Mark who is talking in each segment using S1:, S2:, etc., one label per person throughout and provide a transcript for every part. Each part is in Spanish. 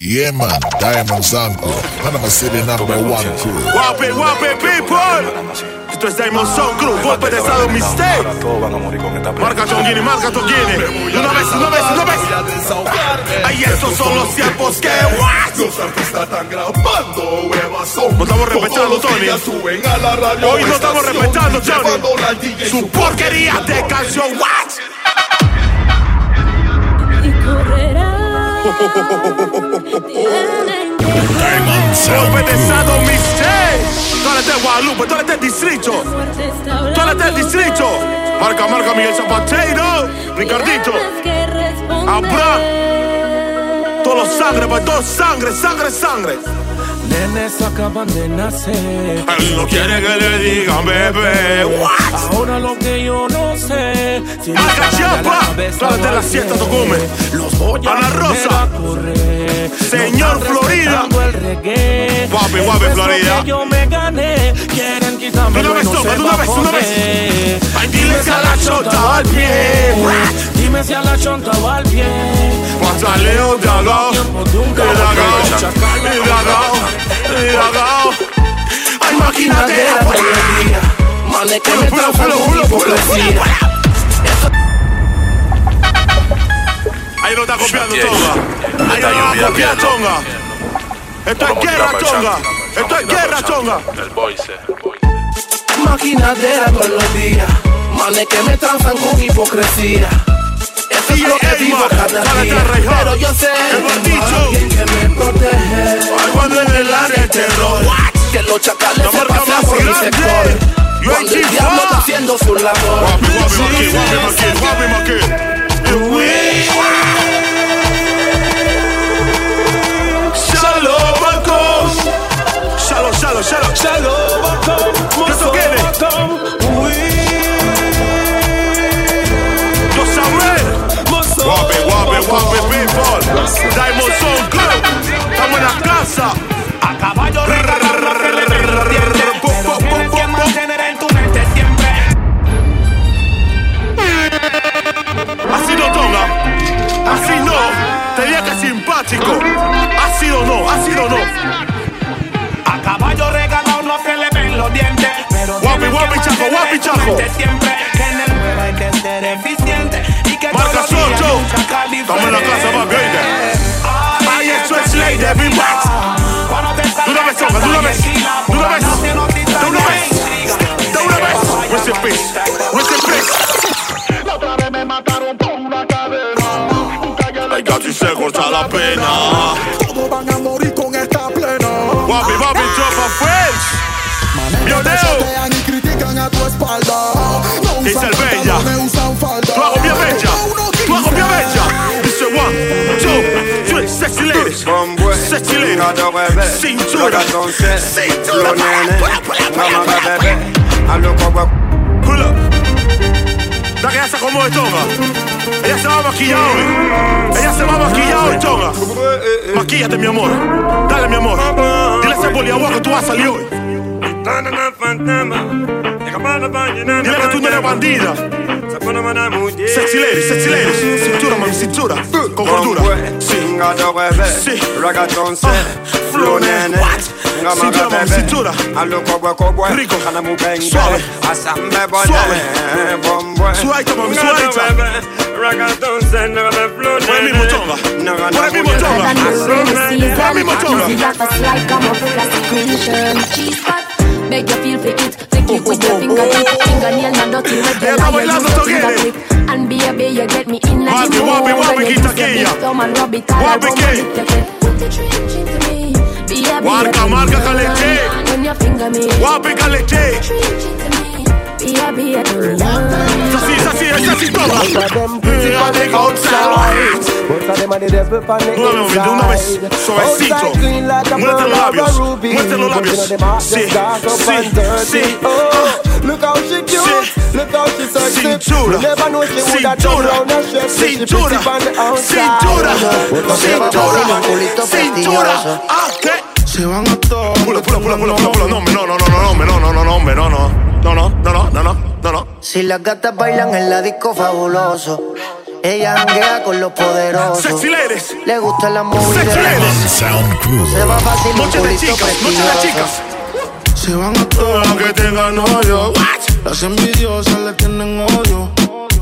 S1: Yeah, man. Diamond Sanko. Panama City number one crew.
S2: Wape, wape, people. Esto es Diamond Sound Crew, golpe de estado mistake.
S3: Todos van a morir con esta
S2: Marca Tonguini, marca Tonguini. Una vez, una vez, una vez. Ahí estos son los tiempos que what?
S4: Los artistas están grabando huevas son.
S2: No estamos respetando,
S4: Todos los días
S2: Tony.
S4: Suben a la radio.
S2: Hoy no estamos
S4: estación,
S2: respetando, Johnny.
S4: llevándola al DJ
S2: Su porquería de canción, what?
S5: y correrá. Tienen
S1: Diamond
S2: Golpe
S1: Sanko.
S2: de estado mistake. Tú eres de Guadalupe, tú eres del distrito.
S5: que
S2: Tú eres del distrito. Marca, marca Miguel Zapatero. Ricardito. Todos los sangre, pues todos sangre, sangre, sangre.
S6: Nenes acaban de nacer.
S2: Él no quiere que le digan bebé. What?
S6: Ahora lo que yo no sé. Si
S2: Marca
S6: me dan
S2: Chiapa,
S6: cabeza,
S2: todas de la
S6: vale.
S2: siesta, Tocumen.
S6: Los voy a,
S2: A la
S6: poner
S2: Rosa.
S6: a correr.
S2: Señor
S6: No están
S2: Florida.
S6: respetando el reggae.
S2: Guapi,
S6: El
S2: guapi,
S6: beso
S2: Florida.
S6: que Yo me gané. Quieren quitarme
S2: Tú no
S6: pero
S2: ves,
S6: no
S2: toma,
S6: se
S2: tú
S6: va
S2: no
S6: a
S2: ves, tú no ves.
S6: poder.
S2: Ay, dile que a la chota va al pie.
S6: Dime si a la chonta va al pie.
S2: Pataleo de agao, de agao, de agao, de agao. Hay máquina de la policía. Pulo, pulo, pulo, pulo, pulo. Ahí lo está copiando Tonga. Ahí lo va a copiar Tonga. Esto es guerra Tonga. Esto es guerra Tonga.
S3: El voice.
S7: Maquinadera todos los días. Manes que me transan con hipocresía. Eso es
S2: Y
S7: lo que
S2: el
S7: digo
S2: Elma,
S7: cada
S2: para
S7: día.
S2: estar rejón.
S7: Pero yo sé
S2: El
S7: tengo
S2: maldito.
S7: a alguien que me protege.
S2: Cuando en el área el terror.
S7: Que los chacales
S2: La
S7: se
S2: marca
S7: pasan
S2: más
S7: por mi
S2: grande.
S7: sector.
S2: Yo
S7: Cuando
S2: en
S7: el diablo está
S2: Chihuahua.
S7: haciendo su labor.
S2: Guapi, guapi, maqui, guapi, maqui, guapi, maqui. El güey. Shalom, Marcos. Shalom, shalom, shalom. ¿Qué eso quiere? Yo sabré. Guapi, guapi, guapi, people. Diamond Soul Club. Estamos en la casa.
S8: A caballo de caballo se le ven los dientes, pero tienes que mantener en tu mente siempre.
S2: Así no toma. Así no. Tenía que simpático. Así o no, así o no.
S8: A caballo regalado no se le ven los dientes, pero
S2: Guapi,
S8: tienes
S2: guapi,
S8: que
S2: chapo,
S8: mantener
S2: guapi,
S8: en tu
S2: chapo.
S8: mente siempre. Que en el juego hay que ser eficiente y que todos
S2: Marca
S8: los días hay
S2: Soto.
S8: un chacal
S2: Estamos en la casa,
S8: diferente.
S2: papi, oíste. Ay, eso es ley de mi wax.
S8: Cuando te
S2: Tú no
S8: salgas
S2: ves, Soca, tú no ves. Tú no ves. Tú no ves. Tú no ves. Rest in peace. Rest in peace. Ay, casi se corta la pena.
S4: Todos van a morir con esta plena.
S2: Guapi, guapi, pues. chapa, friends. Yo
S4: Te
S2: deo.
S4: chotean y critican a tu espalda. No
S2: Dice
S4: usan
S2: el Bella.
S4: pantalones, usan falda.
S2: Tu hago bien bella,
S4: Uno
S2: tu hago bien
S4: quince.
S2: bella. Dice one, two, three, sexy ladies, sexy ladies, cintura, cintura. Pull up. La que ella se acomode, Tonga. Ella se va a maquillar hoy. Ella se va a maquillar hoy, Tonga. Maquíllate, mi amor. Dale, mi amor. Dile a ese boliagua que tú vas a salir hoy. Dile que tú no eres bandida. Sexy ladies, sexy ladies. Cintura, mami, cintura. Con gordura. Sí. Sí. Ah, flow nene. What? Cintura, mami, cintura. Rico. Suave. Suelta, mami, suelta. Por el mismo Tonga. Por el mismo Tonga. Por el mismo Tonga.
S9: Beg you feel for it, take it with your finger tip, fingernail and nothing with
S2: Yeah,
S9: your
S2: but
S9: lion,
S2: we love
S9: use
S2: to
S9: your
S2: get
S9: finger
S2: it.
S9: grip. And baby, you get me in a
S2: Wabi,
S9: the mood
S2: wabi, wabi,
S9: when you
S2: kita
S9: twist your
S2: kia.
S9: big thumb and rub it all
S2: Wabi
S9: around
S2: kia.
S9: my dick. Put the drink into me, baby,
S2: Marca,
S9: baby,
S2: marca,
S9: come
S2: caliente.
S9: on, When you finger me,
S2: Guapi, caleche.
S9: drink into me, baby, baby, come on.
S2: Es así, es así, es así, Tonga. Yeah, they go outside. Una vez, de una vez, suavecito. Muévete los labios, muévete los labios. Sí, sí, sí. Ah,
S10: Oh, Look how she cute,
S2: Sí.
S10: look how she sexy.
S2: Cintura,
S10: You never know she would have done
S2: cintura,
S10: round her shape. She
S2: cintura,
S10: pretty on the outside.
S2: cintura,
S10: Otra
S2: cintura, cintura. Ah, ¿qué?
S10: Se van a todo.
S2: Pula, pula, pula, pula, pula, pula. No, hombre, no, no, no, no, no, no, no, no, hombre, no, no. No, no, no, no, no, no, no, no.
S10: Si las gatas bailan en la disco fabuloso.
S9: Ella hanguea con los poderosos.
S2: Sexy ladies.
S9: Le gusta la movida.
S2: Sexy ladies.
S1: Sound Crew.
S9: Se va fácil un
S2: Noche de
S9: culito
S2: chicas, noche
S9: precioso.
S2: de chicas.
S9: Se van a todas las que tengan novio. Las envidiosas le tienen odio.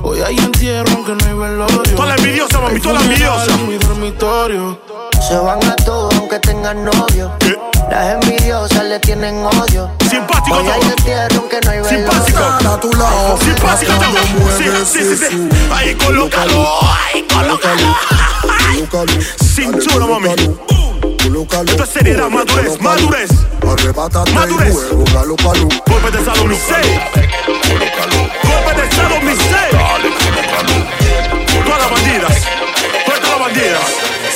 S9: Hoy hay entierro aunque no hay velorio.
S2: Todas las envidiosas, mami,
S9: Hay
S2: todas las
S9: funeral
S2: envidiosas.
S9: en mi dormitorio. Se van a todos aunque tengan novio.
S2: Eh,
S9: Las envidiosas le tienen odio. Pues
S2: Simpático
S9: Hoy hay
S2: todo.
S9: entierro aunque no hay velorio.
S2: Simpático.
S11: a tu lado.
S2: Simpático
S11: Cuando
S2: todo. pues, Sí,
S11: mueves
S2: sí, sí,
S11: eso.
S2: sí. Ahí colócalo, ahí colócalo.
S11: Colócalo.
S2: Cintura, mami.
S11: Colócalo.
S2: Esto es seriedad, madurez, madurez.
S11: Arrebátate
S2: Madurez.
S11: y luego galo palo.
S2: Golpe de sadomisé. Golpe de sadomisé. Todas las bandidas. Todas las bandidas.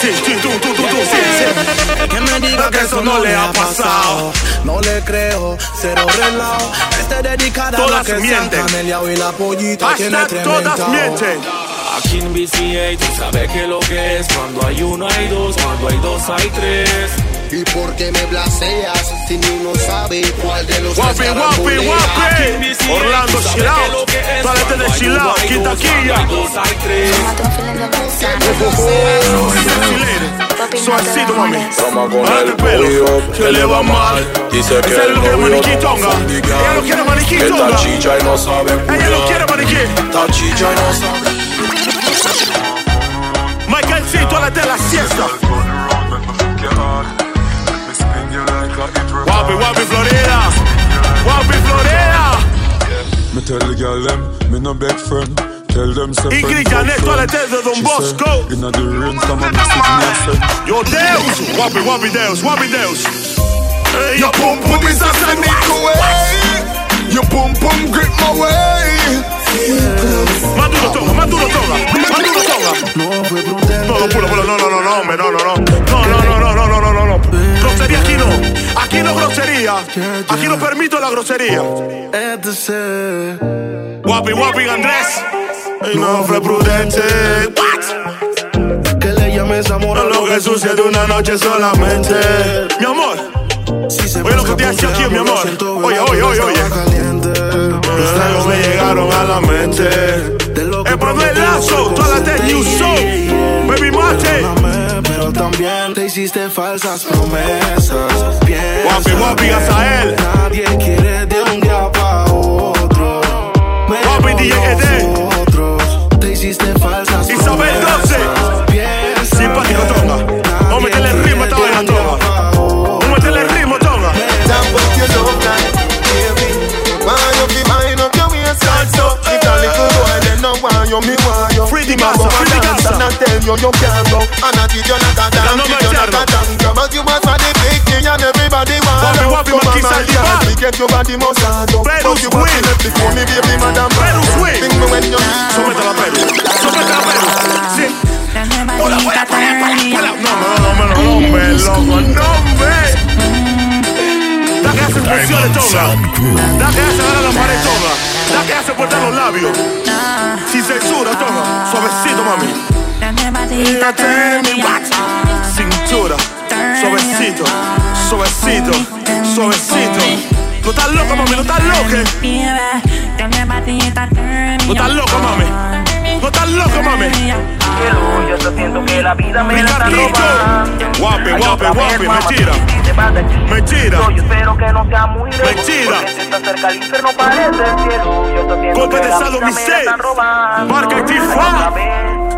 S2: Sí, sí, tú, tú, tú, tú, sí, sí.
S8: Que me diga
S2: que eso no le ha pasado.
S8: No le creo, cero relajo. Este dedicada a
S2: Todas
S8: lo que sean
S2: mienten.
S8: camellia y la pollita tiene
S2: Hashtag
S8: tremenda.
S2: todas mienten.
S6: Aquí en BCA tú sabes que lo que es Cuando hay uno hay dos, cuando hay dos hay tres
S10: ¿Y por qué me blaseas si ni uno sabe cuál de los
S2: Guapi,
S10: tres
S2: guapi,
S10: carambolea?
S2: guapi. Orlando, chill out. Toda la gente de chill out. Quintaquilla. Suavecito, mami. Dale pelo. Que le va mal.
S8: Dice
S2: Ese es lo que es maniquí tonga. Ella lo quiere maniquí tonga.
S8: chicha y no sabe
S2: Ella lo quiere maniquí.
S8: Esta chicha y no sabe
S2: Michael C. Toda la de la siesta. Guapi, guapi, Florida. Guapi, Florida.
S12: Me tell the girl them, me no beg friend. Tell them say
S2: Ingrid
S12: friend,
S2: Janet,
S12: friend.
S2: toda la de de Don
S12: She
S2: Bosco.
S12: said, Inna the room, some of me sitting outside.
S2: Yo, Deus. Guapi, guapi, Deus. Guapi, Deus. Hey,
S1: Your pum pum is a sneak Your pum pum grip my way.
S2: Más duro toma, más duro toma, más duro toma. No, no, pula, pula, no, no, no, no, hombre, no, no, no. No, no, no, no, no, no, no, no, no. Grosería aquí no. Aquí no grosería. Aquí no permito la grosería. Guapi, guapi, Andrés. Ey, No fue prudente. What?
S9: Que le llames amor a
S2: Lo que sucede una noche solamente. Mi amor.
S9: Si se
S2: Oye, lo que
S9: pasa
S2: te
S9: por
S2: hace aquí,
S9: debajo,
S2: mi amor.
S9: lo siento,
S2: Oye,
S9: ¿verdad?
S2: oye,
S9: Pero
S2: oye,
S9: estaba caliente.
S2: Los tragos me llegaron a la mente.
S9: De lo que
S2: El problema es
S9: prometí,
S2: lazo.
S9: lo
S2: Todas las de
S9: consentí.
S2: New Soul. Baby Mate.
S9: Amé, pero también te hiciste falsas promesas. Piensa
S2: Guapi, guapi,
S9: bien,
S2: Azael.
S9: Nadie quiere de un día para otro. Me
S2: Guapi,
S9: con
S2: DJ ED.
S9: nosotros. Te hiciste falsas
S2: Isabel
S9: promesas.
S2: 12.
S9: Piensa
S2: Simpático,
S9: bien,
S2: Tonga. Vamos a
S9: nadie
S2: meterle ritmo a esta vaina,
S9: quiere de un día
S2: Tonga.
S9: pa' otro.
S2: Vamos a meterle el ritmo, Tonga.
S10: Down with your love life, baby. Mind up your mind up your waistline, so if a little boy they no want you, me want you.
S2: Free the
S10: Me
S2: massa,
S10: go
S2: free the
S10: and dance,
S2: massa.
S10: and I tell you you can't go. And I did you not a
S2: Ya
S10: dance,
S2: no
S10: did
S2: me
S10: you not
S2: entiendo.
S10: a dance, but you must have the big thing and everybody want
S2: Wapi,
S10: you.
S2: wapi,
S10: Come on,
S2: monkey
S10: my
S2: side the
S10: girl,
S2: back.
S10: we get your body must add up.
S2: Pedal
S10: But you want
S2: swing.
S10: to let before me, baby, madam.
S2: Pedal swing.
S10: Think me when you-
S2: Somete la Perú. Somete la Perú. Sí. Hola, hola, hola, hola. No me, no me, no me, no me, no me. Da que hace funciones, Tonga.
S1: Sound Crew.
S2: Da que hace ganar la pared, Tonga. Da que hace portar los labios. Sin censura, Tonga. Suavecito, mami. Cintura, suavecito, suavecito, suavecito. No estás loca, mami, no estás loca. No estás loca, mami. No estás loca, mami.
S8: Yo estoy siento que la vida me la está
S2: Ricardito.
S8: robando.
S2: Guapi,
S8: Ay,
S2: guapi,
S8: otra vez,
S2: guapi.
S8: mamá,
S2: Mentira.
S8: te vas de aquí.
S2: Mentira.
S8: Yo espero que no sea muy lejos.
S2: Mentira.
S8: Porque si estás cerca al infierno parece el cielo. Yo estoy viendo
S2: Golpe
S8: que
S2: de
S8: la
S2: Sado
S8: vida me la
S2: Misé.
S8: están robando.
S2: Marca y
S8: Ay,
S2: Tifa.
S8: otra vez.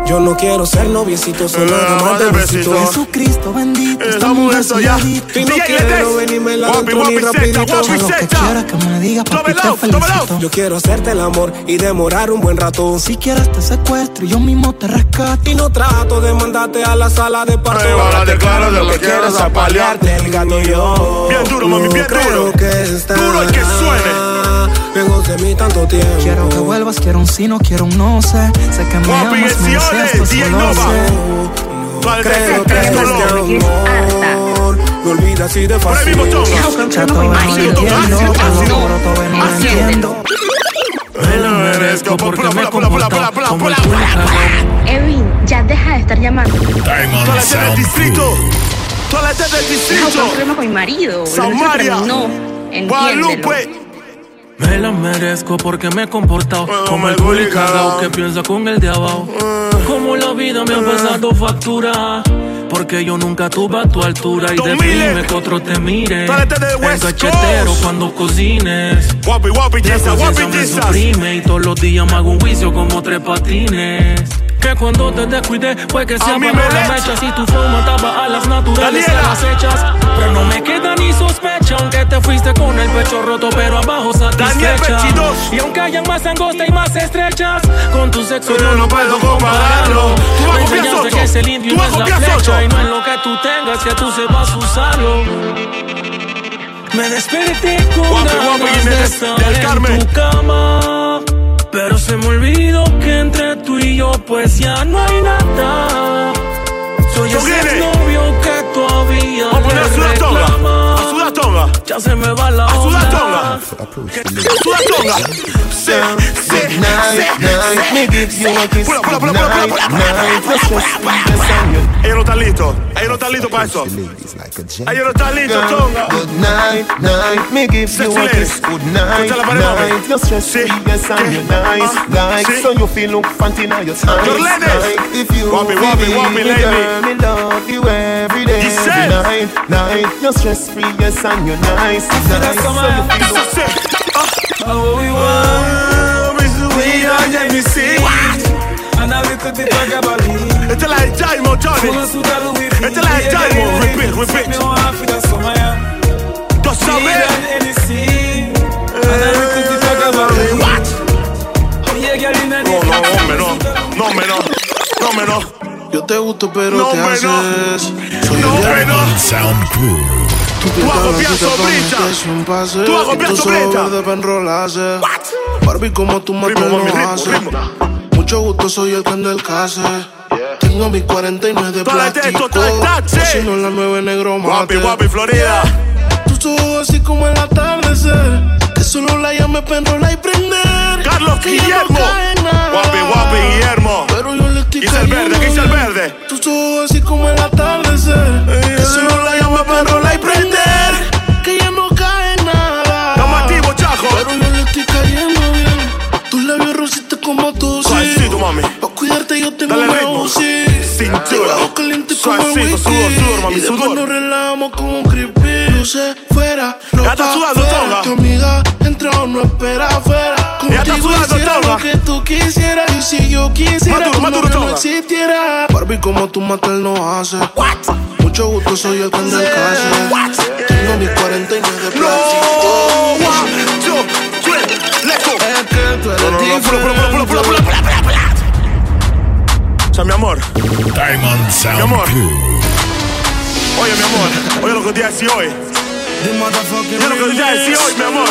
S6: Yo no quiero ser noviecito,
S2: solo Eh, nada más madre, de besito. besito.
S6: Jesucristo bendito,
S2: Eh, esta mujer soy ya. solita. Y no DJ quiero Letes. venirme la Guapi, dentro ni guapi, rapidito. seta, guapi, Lo que seta. quiera que
S6: me diga,
S2: papi, Tómelo, te felicito. tómelo.
S6: Yo quiero hacerte el amor y demorar un buen rato. Si quieres te secuestro y yo mismo te rescato. Y no trato de mandarte a la sala de parto.
S2: Ay, ahora te claro de lo que
S6: Quiero
S2: quieres apalear.
S6: zapalearte el gato y yo.
S2: Bien duro, mami, bien
S6: No creo
S2: duro.
S6: que está
S2: Duro y que suene.
S6: Lejos de mí tanto tiempo. Quiero que vuelvas, quiero un sí, no quiero un no sé. Sé que me
S2: Guapi,
S6: amas, me
S2: Gesiones, DJ Nova. Toda la
S6: Creo
S2: gente
S6: que
S2: tres
S6: este
S2: color.
S6: amor me olvida así de
S2: Por ahí mismo,
S6: fácil.
S2: Tonga.
S6: Chato, ven
S2: Ácido, Tonga,
S6: mintiendo,
S2: ácido,
S6: te lo
S2: ácido.
S6: juro, todo ven mintiendo.
S2: Me lo merezco porque me comporto como el
S5: Evin, ya deja de estar llamando.
S2: Toda
S1: Diamond
S2: la gente del
S1: Sound
S2: distrito.
S1: Crew.
S2: Toda la gente del
S5: Tengo un
S2: distrito.
S5: problema con mi marido.
S2: Samaria.
S5: No, entiéndelo.
S2: Guadalupe.
S6: Me la merezco porque me he comportado
S2: Bueno,
S6: como el
S2: me Eh.
S6: bully
S2: gusta.
S6: cagao que piensa con el de abajo. Como la vida
S2: Eh.
S6: me ha pasado factura. Porque yo nunca tuve a tu altura y
S2: Don
S6: de
S2: Milek.
S6: que otro te mire.
S2: Tráete de
S6: El
S2: West
S6: cachetero
S2: Coast.
S6: cuando cocines.
S2: Guapi, guapi,
S6: La
S2: tizas, guapi,
S6: conciencia me
S2: tizas.
S6: suprime y todos los días me hago un juicio como tres patines. Que cuando te descuidé fue que se
S2: A mí me
S6: apagó la
S2: leche.
S6: mecha. Si tu forma estaba a las naturales
S2: Daniela.
S6: a las hechas. Pero no me queda ni sospecha, aunque te fuiste con el pecho roto, pero abajo
S2: Daniel
S6: satisfecha.
S2: 22.
S6: Y aunque hayan más angostas y más estrechas, con tu sexo
S2: Pero
S6: yo no puedo compararlo.
S2: Tú vas
S6: Me
S2: a copiar
S6: enseñaste
S2: Soto.
S6: que es el indio
S2: Tú
S6: y no
S2: vas a
S6: es la
S2: copiar Soto.
S6: flecha. Y no es lo que tú tengas, que tú sepas usarlo. Me desperté con
S2: Guapi,
S6: ganas
S2: guapi, Inés
S6: de estar
S2: del
S6: en
S2: Carmen.
S6: tu cama Pero se me olvidó que entre tú y yo pues ya no hay nada Soy
S2: ¿Tú
S6: ese
S2: quién eres?
S6: novio que todavía
S2: Vamos a poner
S6: le
S2: a sudar tonga.
S6: reclama.
S2: A sudar tonga.
S6: Ya se me va la
S2: A sudar
S6: onda
S2: tonga. Sudar tonga. Sí, sí,
S8: Good night, night.
S2: sí,
S8: Me
S2: sí.
S8: give you a kiss.
S2: Pula, pula, pula, pula,
S8: Good
S2: pula, pula,
S8: night,
S2: pula, pula,
S8: night.
S2: pula,
S8: Let's
S2: pula,
S8: just
S2: pula,
S8: focus
S2: pula.
S8: on you.
S2: Ellos no están listos. Ellos no están listos para eso. Ellos no están listos,
S8: Girl,
S2: tonga.
S8: Good night, night. Me give you
S2: Sexy
S8: a kiss.
S2: ladies.
S8: Good night,
S2: Escucha la pared, mami.
S8: night. You're
S2: Sí.
S8: stressed, yes, and
S2: Sí.
S8: you're nice,
S2: Ah,
S8: like
S2: sí.
S8: so you feel look fancy now your time.
S2: Your ladies.
S8: if you
S2: Wapi, wapi,
S8: believe
S2: wapi,
S8: me,
S2: lady.
S8: girl, me love you every day, every
S2: Giselle.
S8: night, night. You're stress free, yes, and you're nice, nice. So you feel look
S2: Sí. Ah,
S6: Oh, we want We are JVC And a little bit of Gabali
S2: Esta es la de Jaimo, Johnny. Esta es la de Jaimo. Repeat, repeat. Tú sabes. What? No, no, hombre, no. No, hombre, no. No, hombre, no.
S10: Yo te gusto, pero
S2: No,
S10: te
S2: hombre,
S10: haces.
S2: no. No,
S10: Soy el
S2: hombre, no.
S1: Sound Crew.
S10: Tú
S2: Tú vas a copiar
S10: te
S2: sombrita.
S10: es un pase.
S2: Tú vas a copiar
S10: Y tus ojos
S2: sombrita.
S10: verdes pa' enrolarse. Barbie, como tú más te
S2: Ritmo, mami,
S10: lo
S2: ritmo,
S10: haces.
S2: ritmo.
S10: Mucho gusto, soy el can del case. Tengo mis 49 de
S2: Dale de esto,
S10: plástico.
S2: dale tache.
S10: o si no, la nueve negro
S2: Guapi,
S10: mate.
S2: guapi, Florida.
S10: Tus ojos así como el atardecer. Que solo la llame pa' enrolar y prender.
S2: Carlos
S10: Que ya no
S2: Guillermo.
S10: cae nada.
S2: Guapi, guapi, Guillermo.
S10: Pero yo le estoy
S2: ¿Qué hizo el verde? ¿Qué hizo el
S10: cayendo.
S2: verde?
S10: Tus ojos así como el atardecer. Eso no la llama para rolar y prender. Que ya no cae nada.
S2: Estamos activos, chajo.
S10: Pero yo le estoy cayendo bien. Tus labios rositas como tú,
S2: Suavecito, mami.
S10: Para cuidarte yo tengo
S2: Dale
S10: una
S2: ritmo.
S10: UCI.
S2: Cintura.
S10: Te bajo caliente como el
S2: Suavecito,
S10: whisky.
S2: sudor, sudor, mami,
S10: Y después
S2: sudor.
S10: nos relajamos como un creepy. Luces fuera, ropa
S2: está sudando,
S10: fuera.
S2: tonga.
S10: Tu amiga entra o no espera afuera.
S2: Ya está
S10: Contigo
S2: sudando,
S10: hiciera
S2: tonga.
S10: lo que tú quisieras. Y si yo quisiera,
S2: Maduro,
S10: tu
S2: maduro,
S10: novio no
S2: tonga.
S10: existiera. Barbie, como tú matas, no hace. Mucho gusto, soy el can del case. Tengo mis 49 de
S2: No,
S10: plástico.
S2: one, two, three, let's go.
S10: Es que tú eres
S2: No, no, no, pula, pula, pula, pula, pula, pula,
S10: diferente.
S2: pula, pula, pula. O sea, mi amor,
S1: Diamond
S2: Mi
S1: Sound
S2: amor.
S1: Crew.
S2: oye, mi amor, oye lo que te decía hoy.
S10: The motherfucking
S2: Oye lo que te iba a decir hoy, mi amor.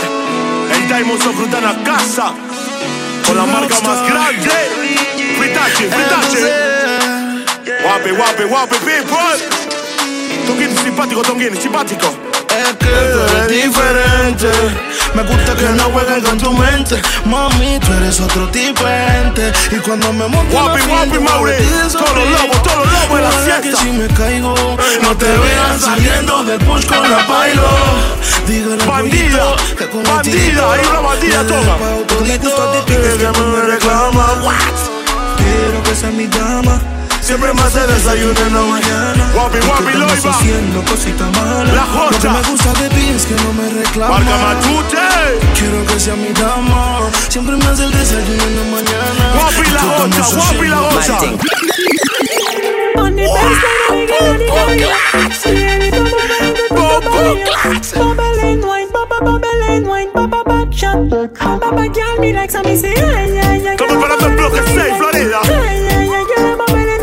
S2: El Diamond Soft está en la casa con la marca más grande. Fritache, fritache.
S10: Entonces,
S2: Guapi, guapi, guapi, people. Tonguini, simpático, Tonguini, simpático.
S10: Es que tú eres diferente. Me gusta que no jueguen con tu mente. Mami, tú eres otro tipo de gente. Y cuando me monto en la
S2: Guapi,
S10: finca,
S2: guapi, Maure.
S10: me vestí de
S2: Todos los
S10: sonrisa.
S2: lobos, todos los lobos en la
S10: Ojalá que
S2: fiesta.
S10: si me caigo, no te vean saliendo del push con la bailo. Dígale al
S2: Bandida,
S10: pollito que con el
S2: bandida,
S10: tito
S2: hay una bandida,
S10: me
S2: toma.
S10: despago todito. Ella me reclama. Quiero que sea mi dama. Siempre me hace desayuno en la mañana.
S2: Guapi, guapi,
S10: Porque estamos
S2: Loiva.
S10: haciendo cositas malas.
S2: La Jota.
S10: Lo que me gusta de ti es que no me reclama.
S2: Marca Machute.
S10: Quiero que sea mi dama. Siempre me hace el desayuno en la mañana.
S2: Guapi la ocha, guapi la ocha. Estamos esperando el bloque 6, Florida.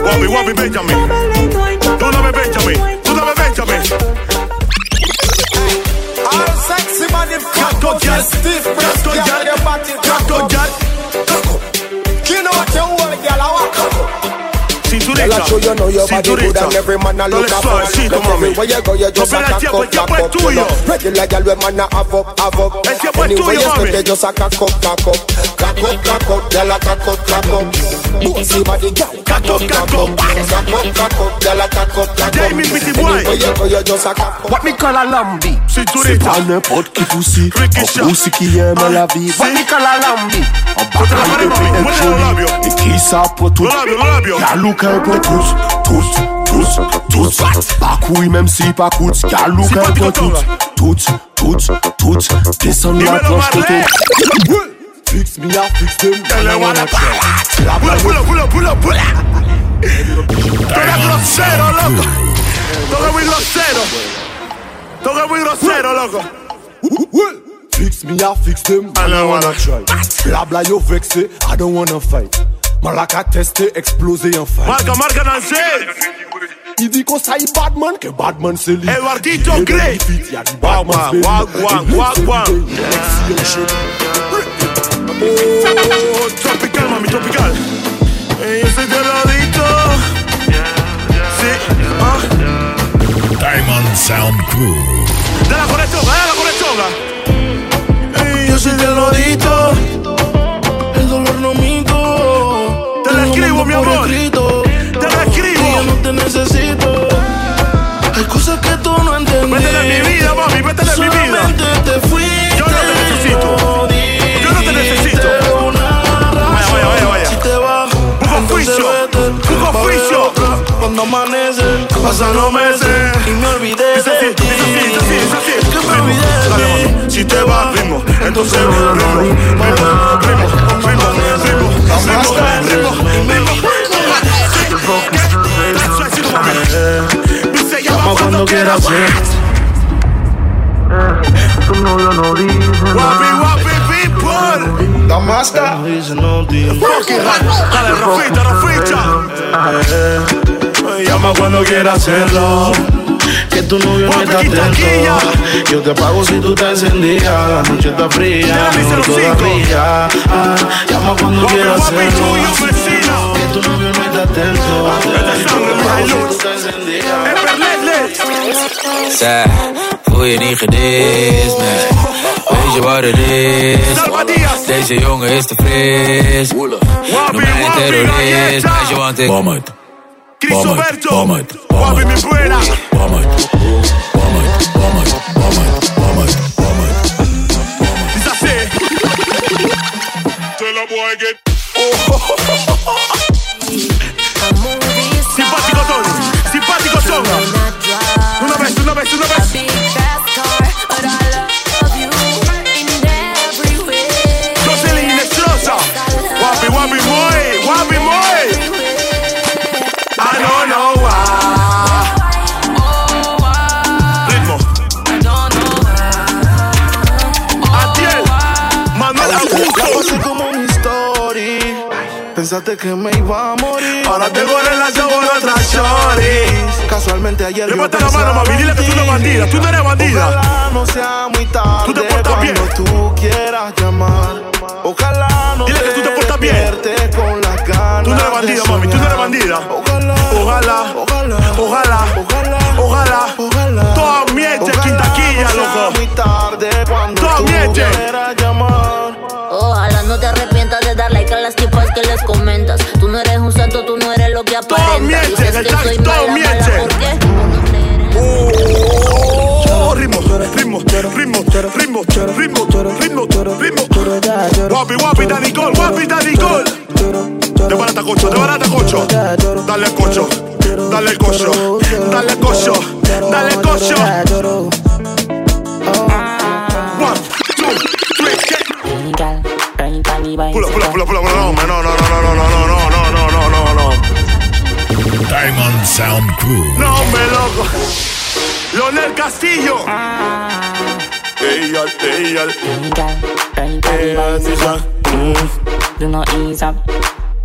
S2: Guapi, guapi, Benjamin. Tú dame Benjamin, tú dame Benjamin.
S8: All sexy man if
S2: Cacto Jack,
S8: stiff breast
S2: Cacto
S8: girl,
S2: Jack,
S8: your body
S2: Cacto Jack.
S8: You know what you want, girl, I want coco.
S2: Cinturita,
S4: show you know your body good
S2: cinturita.
S4: and every man
S2: Dale
S4: a look up for
S2: suavecito, mami.
S13: Anyway you go, you just
S2: No,
S13: a cock
S2: pero el tiempo- el
S13: up, cock
S2: tiempo es
S13: up, you
S2: pues tuyo.
S13: know. Regular girl, we man a have up, have up.
S2: El tiempo es
S13: Anyway
S2: tuyo,
S13: you
S2: mami.
S13: step, you just a cock up, cock up, cock up, cock up. Girl a cock up, cock up. Bossy body, girl, cock up, cock up, cock up, cock up. Girl a cock up, cock up. Anyway you go, you just a cock up.
S4: What me call a lambi
S2: C'est
S4: pas n'importe qui pussy Un pussy qui aime la vie What me call a lambi Un bataille de bien joli Et qui ça pour tout Y'a look un peu tous Tous, tous, tous Pas couille même si pas coûte Y'a look un peu tous Toutes, toutes, toutes Descends la planche pour tout Fix me up, fix them Tell them what I
S2: Pula, pula, pula, pula, pula. Toca grosero, loco. Toca muy grosero. Toca muy grosero, loco.
S4: Fix me, I fix them. I don't wanna try. Bla bla, yo vexé, I don't wanna fight. Malaka testé, explosé en fight.
S2: Marca, marca, dancé.
S4: Il dit qu'on saille Batman, que Batman c'est lui.
S2: Eduardito
S4: Il est
S2: Grey.
S4: dans les feats, y a du Batman,
S2: Guagua,
S4: baby.
S2: guagua,
S4: Il est
S2: guagua.
S4: every day, sexy and shit.
S2: Oh, tropical, mami, tropical. Eh, Yo soy drogadicto. Sí, ah.
S1: Diamond Sound Crew.
S2: Dale con el chonga, dale con el chonga.
S7: Ey, Yo soy del lorito, el dolor no minto. Te lo escribo, mi amor. Te lo escribo. yo no te necesito. Hay cosas que tú no entiendes.
S2: Métele en mi vida, mami, métele en mi vida.
S7: Solamente te fuiste. Yo no te necesito. Yo no te necesito. Vaya, vaya, vaya, vaya. Si te vas, busco
S2: juicio,
S7: busco juicio. Cuando amanece, pasan los meses y me olvidé de ti. Es que me olvidé de ti.
S2: Si te vas, ritmo, entonces ritmo, ritmo, ritmo, ritmo, ritmo, ritmo, ritmo,
S7: Llama cuando quieras
S2: eh.
S7: ser. Eh, Tu novio no dice
S2: people.
S7: La máscara. No dice, no dice.
S2: Fucking rap. Dale, Rafita,
S7: Eh, Rafita. Llama cuando quieras hacerlo. Que tu novio no está atento. Yo te apago si tú te encendías. La noche está fría, no todavía. Ah, Llama cuando quieras hacerlo. Que tu novio no está atento.
S14: Zij, voel je niet gedist, man. Weet je wat het is? Deze jongen is te fris. Noem mij een terrorist, meisje, want ik... Bom het. Bom het, bom het, bom het. Bom het.
S2: Simpático Tony, simpático Tonga. Una vez, una vez, una vez. Jocelyn Nestrosa. Guapi, guapi, muy, guapi, muy. Ah, I don't know why. Ritmo. Atiel. Manuel
S7: Ya
S2: Augusto.
S7: pasé como mi story. Pensaste que me iba a morir.
S2: Ahora tengo relación con otras shorties.
S7: Casualmente ayer.
S2: Levanta la mano, mami, dile que tú no eres bandida, tú no eres bandida.
S7: Ojalá no sea muy tarde.
S2: Tú te portas
S7: cuando
S2: bien.
S7: tú quieras llamar. Ojalá no
S2: Dile que tú te portas bien.
S7: despiertes con las ganas.
S2: Tú no eres bandida, mami, tú no eres bandida. Ojalá, ojalá, ojalá, ojalá, ojalá, ojalá. Todas mientes, quintaquilla, loco. Todas mientes.
S15: Ojalá no te arrepientas de dar like a las tipas que les comentas. Tú no eres un santo, tú no eres lo que aparentas.
S2: mienten,
S15: Dices
S2: el
S15: que
S2: tag,
S15: soy
S2: todo
S15: mala, mala,
S2: mienten.
S15: ¿por qué?
S2: Oh, ritmo, ritmo, ritmo, ritmo, ritmo, ritmo, ritmo. Guapi, guapi, Danny Cole, guapi, Danny Cole. De barata cocho, de barata cocho. Dale cocho, dale cocho, dale cocho, dale cocho. One, two, three, get. Pula, pula, pula, pula, pula. No, man, no, no, no, no, no, no, no, no, no, no, no, no.
S1: Diamond Sound Crew.
S2: No, me loco. Leonel Castillo. Ella, ella.
S6: Do not ease up.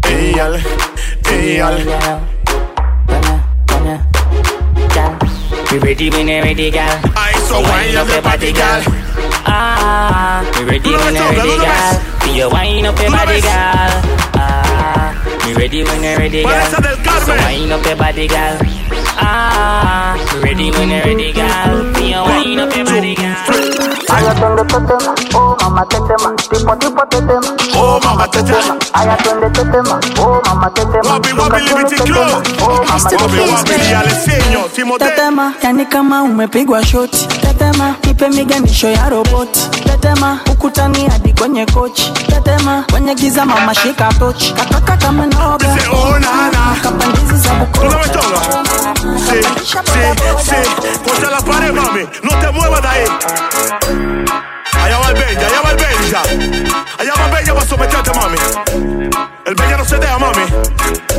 S2: Ella, ella.
S6: Me ready, me ne ready, gal.
S2: Ay, so wine up the party, gal.
S6: Ah, me ready,
S2: Do
S6: me
S2: the
S6: ne
S2: rest, do
S6: ready,
S2: the
S6: gal. Do you wine up the
S2: Do the
S6: body,
S2: rest.
S6: gal? Ah, me ready, me ne ready, gal.
S2: Vanessa del
S6: So wine up the body, gal. Ah, me ready, me ne ready,
S16: tetema, oh mama tetema, tipo tipo tetema,
S2: oh mama tetema,
S16: ay atuende tetema, oh mama tetema,
S2: wapi wapi liberty club,
S16: oh mama
S2: wapi wapi
S16: tetema.
S2: alisenyo Timote,
S17: Tetema, yani kama umepigwa shoti. Tetema, nipe miganisho ya roboti. Tetema, ukutani hadi kwenye kochi. Tetema, kwenye giza mama shika tochi. Kataka kama noga.
S2: oh,
S17: Kapandizi za bukoka.
S2: sí, sí, sí, contra la pared mami, no te muevas de ahí. Allá va el Benja, allá va el Benja, allá va el Benja para someterte mami. El Benja no se deja mami,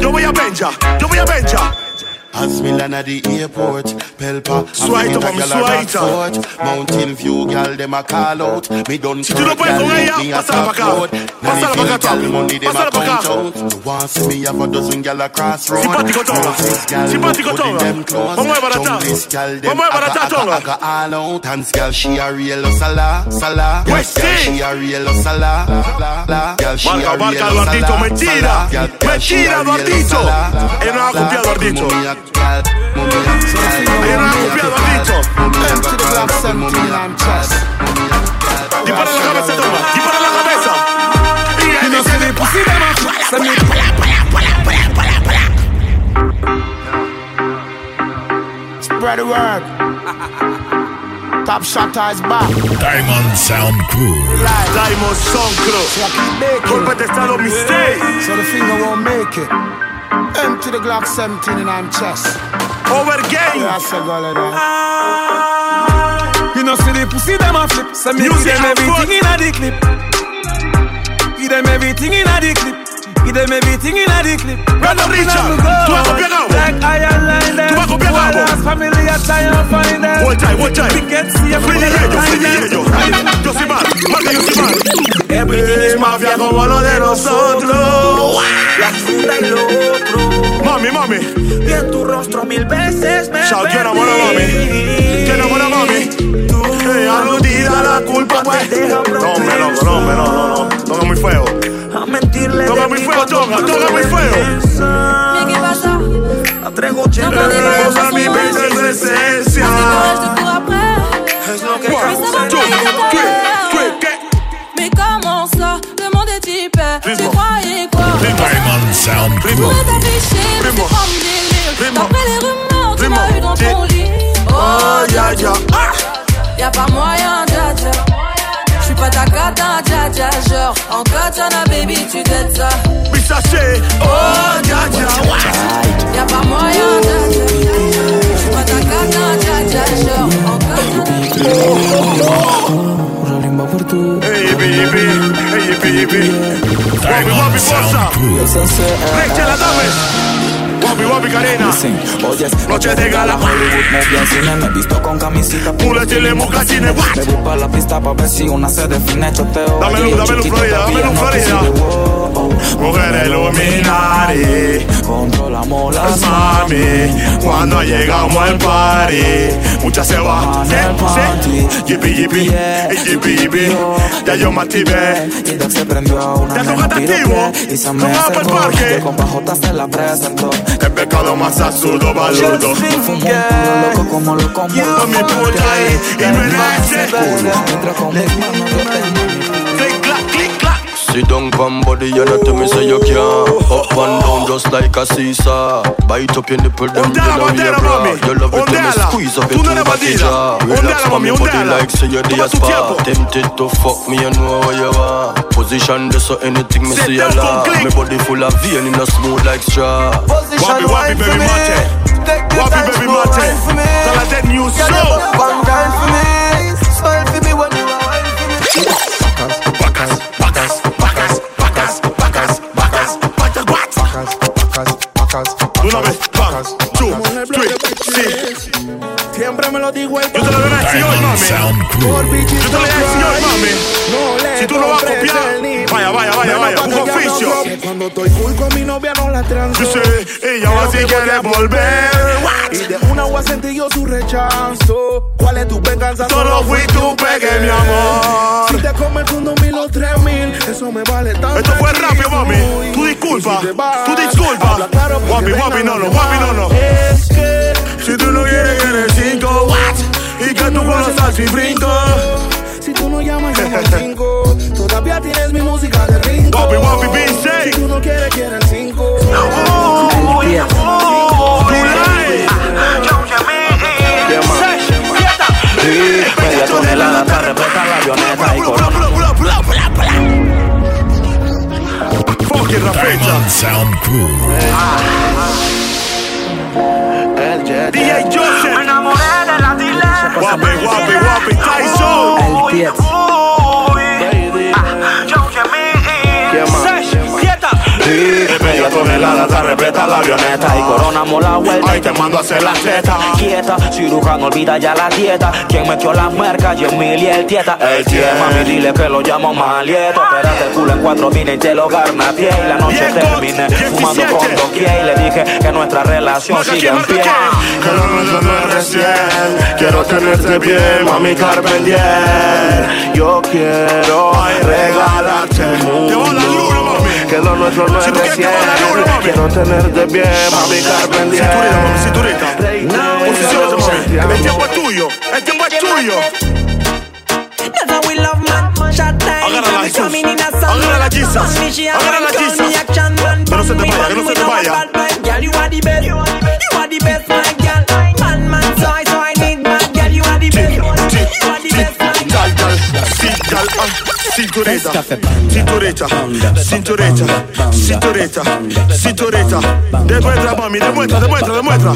S2: yo voy a Benja, yo voy a Benja.
S9: As me land at the airport, Pelpa,
S2: Swipe up, I'm swipe
S9: Mountain View, girl, them a call out. Me done
S2: Si tú no puedes con ella, pásala para acá. Pásala para acá, top. Pásala para acá.
S9: You want see me have a dozen gal a crossroad.
S2: Simpático todo.
S9: Want this gal
S2: Simpático
S9: putting
S2: todo.
S9: them close.
S2: Vamos a ver barata.
S9: Jump this gal, them
S2: Vamos a ver
S9: aga,
S2: barata
S9: aga,
S2: todo.
S9: aga, all out. Dance gal, she a real sala, sala. Girl,
S2: Pues sí.
S9: she a real sala, la, la. Girl, she
S2: Marca,
S9: a real
S2: marca, Eduardito,
S9: sala,
S2: mentira.
S9: sala. Girl, girl, she
S2: Mentira,
S9: a real
S2: Eduardito.
S9: sala, la,
S2: Él no ha
S9: la.
S2: copiado, Eduardito.
S9: Mommy a gal, mommy a gal, mommy a gal. Empty the glass, empty and trust.
S2: Dispara en la cabeza, toma, dispara en la cabeza. Y él dice de pussy de
S18: Spread the word. Top shot is back.
S1: Diamond Sound Crew.
S2: Diamond Sound Crew. Golpe de estado mistake.
S18: So the finger won't make it. Empty the Glock 17 in I'm chest.
S2: Over game.
S18: That's a goal,
S6: You know see the pussy them a flip Say me give
S18: Music
S6: them
S18: and
S6: everything in a the clip Give them everything in a the clip Give them everything in a the clip Run up in
S2: Richard,
S6: a
S2: tú vas a copiar algo.
S6: Like iron line them
S2: Tú vas a copiar
S6: Wild
S2: algo.
S6: ass family a try and find them
S2: One time, one time.
S6: We get see a
S2: Free the ellos, free the ellos. Yo soy mal, marca, yo soy mal. Everything is mafia como lo de nosotros. La funda y lo otro. Mami, mami. Vi en tu rostro mil veces me
S6: Eh,
S2: Chao, te enamoro, mami. Te enamoro, mami. Que aludida Eh, la culpa te No, me no, no, me no, no, no. Toca muy feo. A mentirle. Toca muy feo, toca, toca muy feo.
S5: ¿Qué pasa?
S2: Te Tenemos a mi presencia.
S5: Es lo que causa Mais comment ça Le monde est hyper. Tu croyais quoi
S1: Diamond Sound
S5: Tu
S1: Crew.
S5: pourrais t'afficher, mais c'est pas mon délire. D'après les rumeurs, tu m'as eu dans ton lit. Oh, ya, ya. Y'a pas moyen, dja, dja. J'suis pas ta cata, dja, dja. Genre, en katana, baby, tu t'aides ça.
S2: Mais sachez, oh, dja,
S5: dja. Y'a pas moyen, dja, dja. J'suis pas ta cata, dja, dja. Genre, en
S2: Hey, baby. Hey, baby. Wabi, wabi, forza. Reche la dame. Wabi, wabi, carena.
S8: oh,
S2: Noche de gala.
S8: Hollywood me vi en cine, me he visto con camisita
S2: Muletile, mocasines, what?
S8: Me voy pa' la pista pa' ver si una se define choteo
S2: Dame
S8: allí,
S2: luz, dame luz,
S8: chiquito,
S2: Florida,
S8: te
S2: dame luz,
S8: pillan,
S2: Florida.
S8: no te sirve, oh, oh.
S2: Mujeres Illuminati.
S8: Controlamos las
S2: Pues, mami, cuando llegamos al party, muchas se van. Sí, sí. Yipi, yipi, eh, yipi, yipi. Ya yo me activé.
S8: Y Doc se prendió a una
S2: Ya tú
S8: nena
S2: gatas
S8: piropié,
S2: activo.
S8: Y se
S2: Tú
S8: me
S2: vas pa'l
S8: acercó
S2: parque.
S8: Yo con bajotas se la presentó
S2: El pecado más absurdo, baludo.
S8: loco como lo como
S2: Yo me puta ahí y me nace. Clic, clac, clic, clac.
S4: Sit down, pan body, you know to me say you can. Up and down just like a seesaw. Bite up your nipple, them you
S2: Ondeala,
S4: know we
S2: ondeala,
S4: bra.
S2: mami.
S4: You love it when you
S2: Ondeala.
S4: squeeze up
S2: Tú
S4: your
S2: no eres
S4: tumba to
S2: bandida.
S4: jaw. Relax,
S2: Ondeala,
S4: mami,
S2: mami,
S4: body
S2: ondeala.
S4: like say you
S2: Toma
S4: the
S2: tu tiempo.
S4: spa. Tempted to fuck me, you know how you are. Position this so anything me
S2: Sit
S4: see a
S2: down, come
S4: lot.
S2: click.
S4: My body full of vein, in a smooth like straw.
S2: Wabi, wabi, baby, mate. Wabi, baby, mate. Tell her that new show. Bacas, bacas, bacas, bacas, bacas, bacas, bacas, what? De una vez, one, two, three, sí.
S10: Siempre me lo digo el
S2: Yo te lo voy a decir hoy, mami. Yo te lo voy a decir hoy, mami. Si tú no vas a copiar, vaya, vaya, vaya, vaya, un oficio.
S10: Cuando estoy full con mi novia no la transo.
S2: Dice, ella va si quiere volver.
S10: Y de una agua sentí yo su rechazo. ¿Cuál es tu venganza?
S2: Solo fui tu pegue, mi amor.
S10: Si te come el mundo mil o tres mil, eso me vale tanto.
S2: Esto fue rápido, mami. Tú disculpa, tú disculpa. Guapi, guapi, no, no, guapi, no, no.
S10: Es que
S2: Si tú no quieres que eres cinco, what? Y que tú con los salsa y brinco.
S10: si tú no
S19: no llamas, llama al 5. Todavía tienes mi música de ringo.
S2: Wapi, wapi, Vince.
S19: Si tú no quieres, quiere el 5.
S2: Oh,
S20: Vive con el ala, te respeta la avioneta y con...
S1: Diamond Sound Crew.
S2: DJ Joseph. Me enamoré de la dile. Guapi, guapi, guapi, Tyson. Ah,
S20: Sí, media tonelada te respeta la avioneta y coronamos la vuelta y te mando a hacer la teta. Quieta, cirujano olvida ya la dieta. Quien metió las mercas, Jemil y el tieta. El tieta, mami, dile que lo llamo malieto. Espérate, el culo en cuatro vine y te lo garnateé. Y la noche terminé fumando con doquier. Y le dije que nuestra relación sigue en pie.
S9: Que la noche no es recién. Quiero tenerte bien, mami Carmen Diel. Yo quiero regalarte el mundo. Que lo nuestro no es recién. Quiero tenerte bien, mami Carmen Diel.
S2: Posicionate, mami. El tiempo es tuyo. El tiempo es tuyo.
S21: Never we love man, shot time.
S2: Agarra la Jesus.
S21: Coming in a sun.
S2: Agarra la Jesus.
S21: Come on, me, she a
S2: Agarra la
S21: man, come
S2: Jesus.
S21: me, action man.
S2: Que no se te
S21: Bun me,
S2: vaya, que
S21: bun
S2: no
S21: me,
S2: se te
S21: no
S2: vaya.
S21: bad man. Girl, you are the best. You are the best, my girl. Man, man, so I, so I need man. Girl, you are the best. You are the best, my girl.
S2: Gal, gal, sí, gal, ah, Cintureta, cintureta, cintureta, cintureta, cintureta. Demuestra, mami, demuestra, demuestra, demuestra.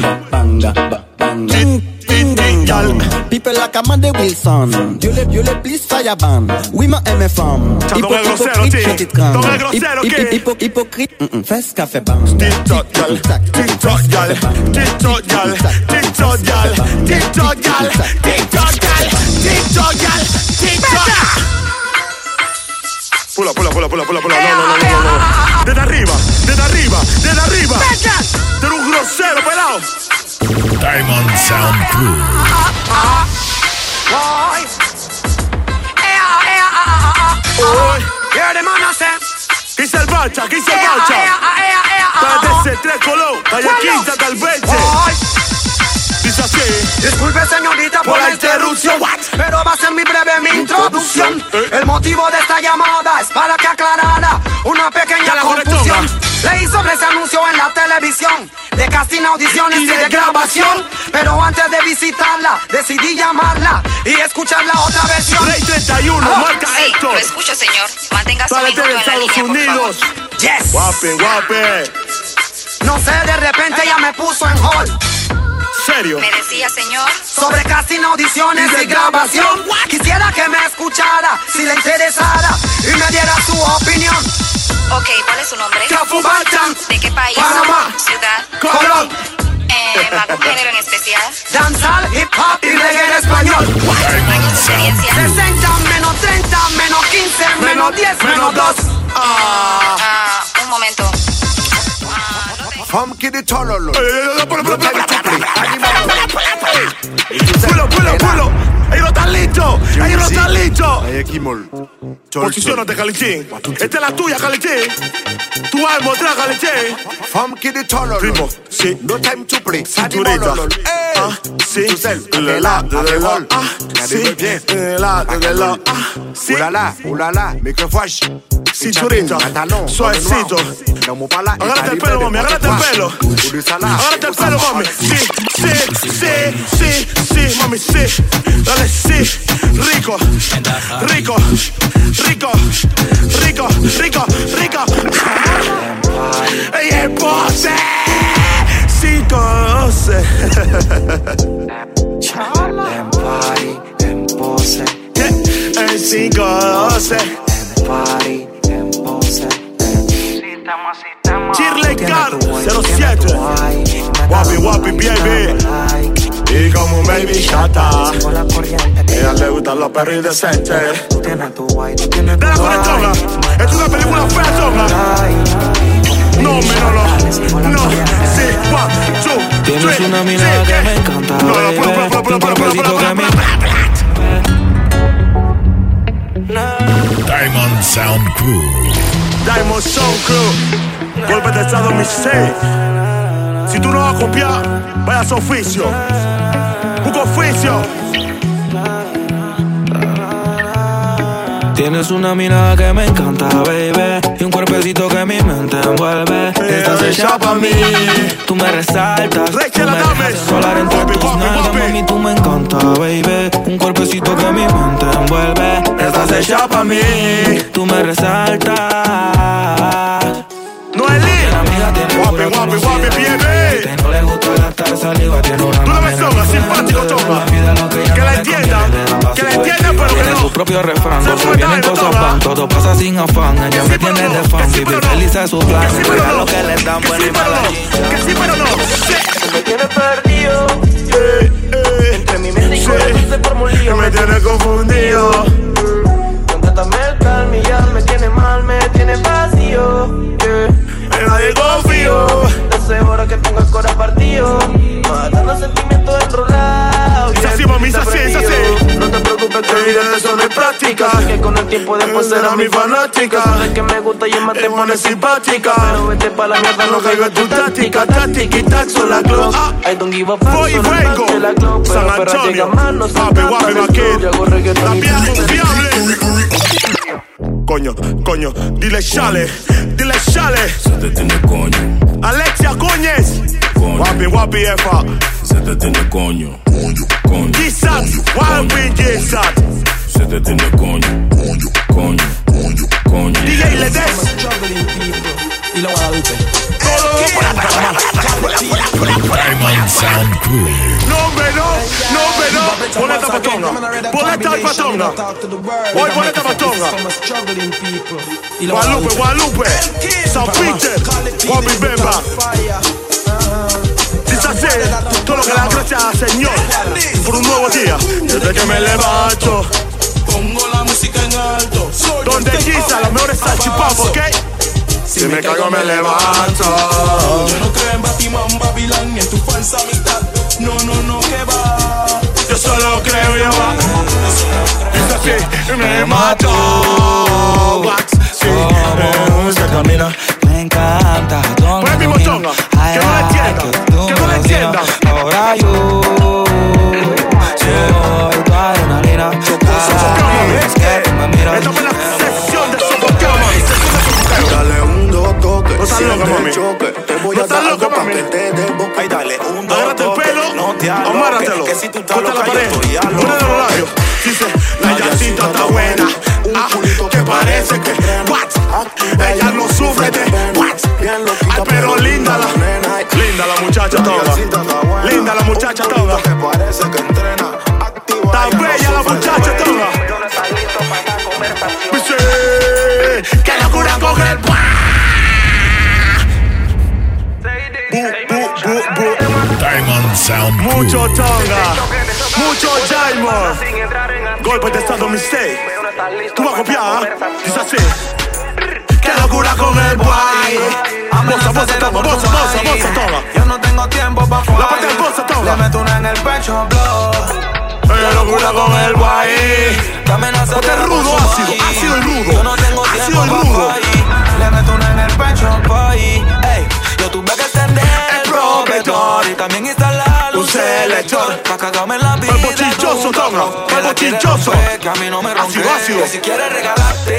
S22: Gal, people like Amanda Wilson. Dieu les, Dieu les, please fire ban. Oui, ma aime femme.
S2: Ça,
S22: Hypo-
S2: t'en es grossière,
S22: hypocrite,
S2: ok?
S22: petite crâne.
S2: T'en es grossière,
S22: Hyp-
S2: ok?
S22: hyp- hypo- Hypocrite, mm, mm, fais ce qu'a fait ban.
S2: Tic-toc, gal, tic-toc, gal, tic-toc, gal, tic-toc, gal, tic-toc, gal, tic-toc, gal, tic-toc, gal, tic-toc. Pula, pula, pula, pula, pula, pula. No, no, no, no, no, no. Desde arriba, desde arriba, desde arriba. Tú eres un grosero, pelado.
S1: Diamond Sound Crew.
S2: Uy, yeah, the man I say. Quise el balcha, quise el balcha. Desde tres colón, calle quinta, tal vez. Dice así.
S8: Disculpe señorita por,
S2: Por
S8: la
S2: la
S8: interrupción, pero va a ser mi breve mi introducción. El motivo de esta llamada es para que aclarara una
S2: Ya
S8: pequeña
S2: la conectó,
S8: confusión. Leí sobre ese anuncio en la televisión de casting, audiciones y, de, grabación. Pero antes de visitarla, decidí llamarla y escuchar la otra versión.
S2: Ley 31, marca
S8: sí,
S2: Héctor.
S8: lo escucho, señor. Mantenga
S2: Para de Estados Unidos.
S8: Yes.
S2: Guape, guape.
S8: No sé, de repente ella me puso en hold.
S2: Serio.
S8: decía, señor? Sobre casting, audiciones y grabación. Quisiera que me escuchara, si le interesara, y me diera su opinión. Ok, ¿cuál es su nombre? Chafubaltan. ¿De qué país? Panamá. Ciudad. Colón. ¿Algún género en especial? Danzal, hip hop y reggae en español.
S1: Diamond Sound
S8: 60 menos 30 menos 15 menos 10 menos 2. Ah, un momento.
S23: Funky de Tololo.
S2: Pulo, pulo, pulo. Ellos no están listos. Ellos no están listos.
S23: Ahí Kimol.
S2: Posicionate, Calichín. Esta es la tuya, Calichín. Tú vas a mostrar, Calichín.
S23: Funky de Tololo.
S2: Primo, sí.
S23: No time to play.
S2: Cinturita. Ah, sí. Le la, le la. Ah, sí. Le la, le la. Ah, sí.
S23: Ulala, ulala, microflash.
S2: Cinturita.
S23: Pantalón.
S2: Suavecito.
S23: Vamos para la.
S2: Agárrate el pelo, mami. Agárrate el pelo. Agárrate el pelo, mami. Sí, sí, sí, sí, sí, mami, sí. Dale, sí. Rico, rico, rico, rico, rico, rico. Ella es pose. Sí, conoce.
S19: En party, en pose.
S2: El 512.
S19: En party, en pose.
S2: Chirle Car 07. Guapi, guapi, baby. Y como baby chata. Ella le gustan los perros indecentes. Dale con el chonga. Es una película fea, chonga. No, me no, no. No, sí, one, two,
S19: Tienes
S2: three,
S19: una
S2: sí,
S19: mirada que
S2: eh.
S19: me encanta,
S2: No, no,
S19: baby. Tu
S2: pula, pula, pula, pula, pula, pula,
S19: cuerpecito
S2: pula,
S19: que me-
S2: pula, pula.
S1: Diamond Sound Crew.
S2: Diamond Sound Crew. Golpe de estado, mi seis. Si tú no vas a copiar, vaya a su oficio. Busca oficio.
S6: Tienes una mirada que me encanta, baby. Y un cuerpecito que mi mente envuelve. Estás hecha pa' mí. Tú me resaltas. Tú me dejas solar entre tus nalgas, mami. Tú me encanta, baby. Un cuerpecito que mi mente envuelve. Estás hecha pa' mí. Tú me resaltas.
S2: No es
S6: Guapi, guapi, guapi, piebe. No le gusta gastar saliva, tiene una
S2: Tú no me sobras, simpático, toma. Que la entienda, que la entienda, pero que
S6: tiene
S2: no.
S6: su propio refrán. Cosas
S2: puede
S6: vienen,
S2: darle
S6: cosas van. Todo pasa sin afán. Ella me tiene de fan. Vivir feliz es su plan. Entrega lo que le dan. Buena y mala
S2: Que sí, Eh, pero no.
S8: Me tiene perdido. Entre mi mente y corazón se forma un lío.
S2: Me tiene confundido.
S8: Contrátame el calma y ya me tiene mal, me tiene vacío. yeah.
S2: En nadie confío.
S8: Hace hora que tengo el corazón partido. Matando sentimientos enrolados.
S2: Es así, mami, es así, es así.
S8: No te preocupes que olvídate, eso no es práctica. Sé que con el tiempo
S2: Pues
S8: después será mi fanática. Sabes que me gusta y es más te pone simpática. Pero vete pa' la mierda, no caigo en tu táctica. Táctica y taxo la glow. I don't give a fuck,
S2: Voy y
S8: solo el
S2: vengo.
S8: man de la glow.
S2: San
S8: Pero para
S2: Antonio.
S8: llegar más, no se
S2: Papi, guapi, vaquero.
S8: Yo hago reggaetón
S2: La
S8: y
S2: piedra
S8: tú me
S2: confiable. Coño, coño, dile chale, dile chale. Se te tiene coño. Alexia Coñes. Guapi, guapi, Efa.
S24: Se te tiene coño. Coño, coño.
S2: Quizás, guapi, quizás.
S24: Se te tiene coño. Coño, coño, coño, coño.
S2: DJ Ledes.
S6: Y lo Guadalupe.
S1: Diamond Sound Crew.
S2: No, hombre, no, no, hombre, no. Pon esta patonga. Pon esta patonga. Voy, pon esta patonga. Guadalupe, Guadalupe. San Peter. Guapi, Bemba. Dice así, todo lo que le da gracias al Señor por un nuevo día. Desde que me levanto.
S25: Pongo la música en alto. Soy
S2: Donde
S25: un
S2: quizá
S25: tecno.
S2: las mejores salchipapas, ¿ok? Si me caigo me levanto.
S25: Yo no creo en Batman, Babilán, ni en tu falsa mitad. No, no, no, que va.
S2: Yo solo creo en va. Dice así, me mato. Wax, sí, me gusta camina.
S6: Me encanta. Pon
S2: el mismo chonga. Que no la entienda. Que no la entienda.
S6: Ahora yo soy tu adrenalina. Cada vez que tú me miras,
S2: Sesión de sofocado, mami. Sesión de sofocado.
S10: Dale un dos toques.
S2: No estás
S10: siente
S2: loca,
S10: el
S2: mami.
S10: choque. Te voy
S2: No
S10: a
S2: estás
S10: dar
S2: loca,
S10: algo pa'
S2: mami.
S10: que te des boca. Y dale un dos
S2: Agárrate el
S10: toques.
S2: pelo,
S10: No te aloques,
S2: amáratelo.
S10: Que si tú estás
S2: Corta la
S10: loca, yo
S2: pared.
S10: estoy a
S2: Pone
S10: loco.
S2: los labios. Dice, la yacita está buena. Ah, que parece que. What? Ella no sufre de. What? Ay, pero linda la. Linda la muchacha toda. Linda la muchacha toda. Tan bella la muchacha toda. Dice, que locura con el.
S1: Diamond Sound Crew.
S2: Mucho tonga, mucho diamond. Golpe de estado mistake. Tú vas a copiar, ¿ah? dice así. Qué locura con el boy. Bosa, bosa, toma, bosa, bosa, bosa, toma.
S6: yo no tengo tiempo pa'
S2: La parte del bosa,
S6: Le
S2: toma.
S6: meto una en el pecho, blow.
S2: Qué locura con el boy.
S6: Te amenaza
S2: Ponte
S6: de
S2: rudo,
S6: por su
S2: ácido,
S6: body.
S2: ácido y rudo.
S6: Yo no tengo
S2: Ácido
S6: tiempo
S2: y
S6: pa'
S2: rudo.
S6: boy. Le meto una en el pecho, boy. Ey, yo tuve que extender el protector y también instalar
S2: Un selector.
S6: Pa' cagarme en la vida.
S2: Cuerpo chinchoso, toma. Cuerpo chinchoso.
S6: Que a mí no me rompe.
S2: Ácido, ácido.
S6: Que si quieres regalarte,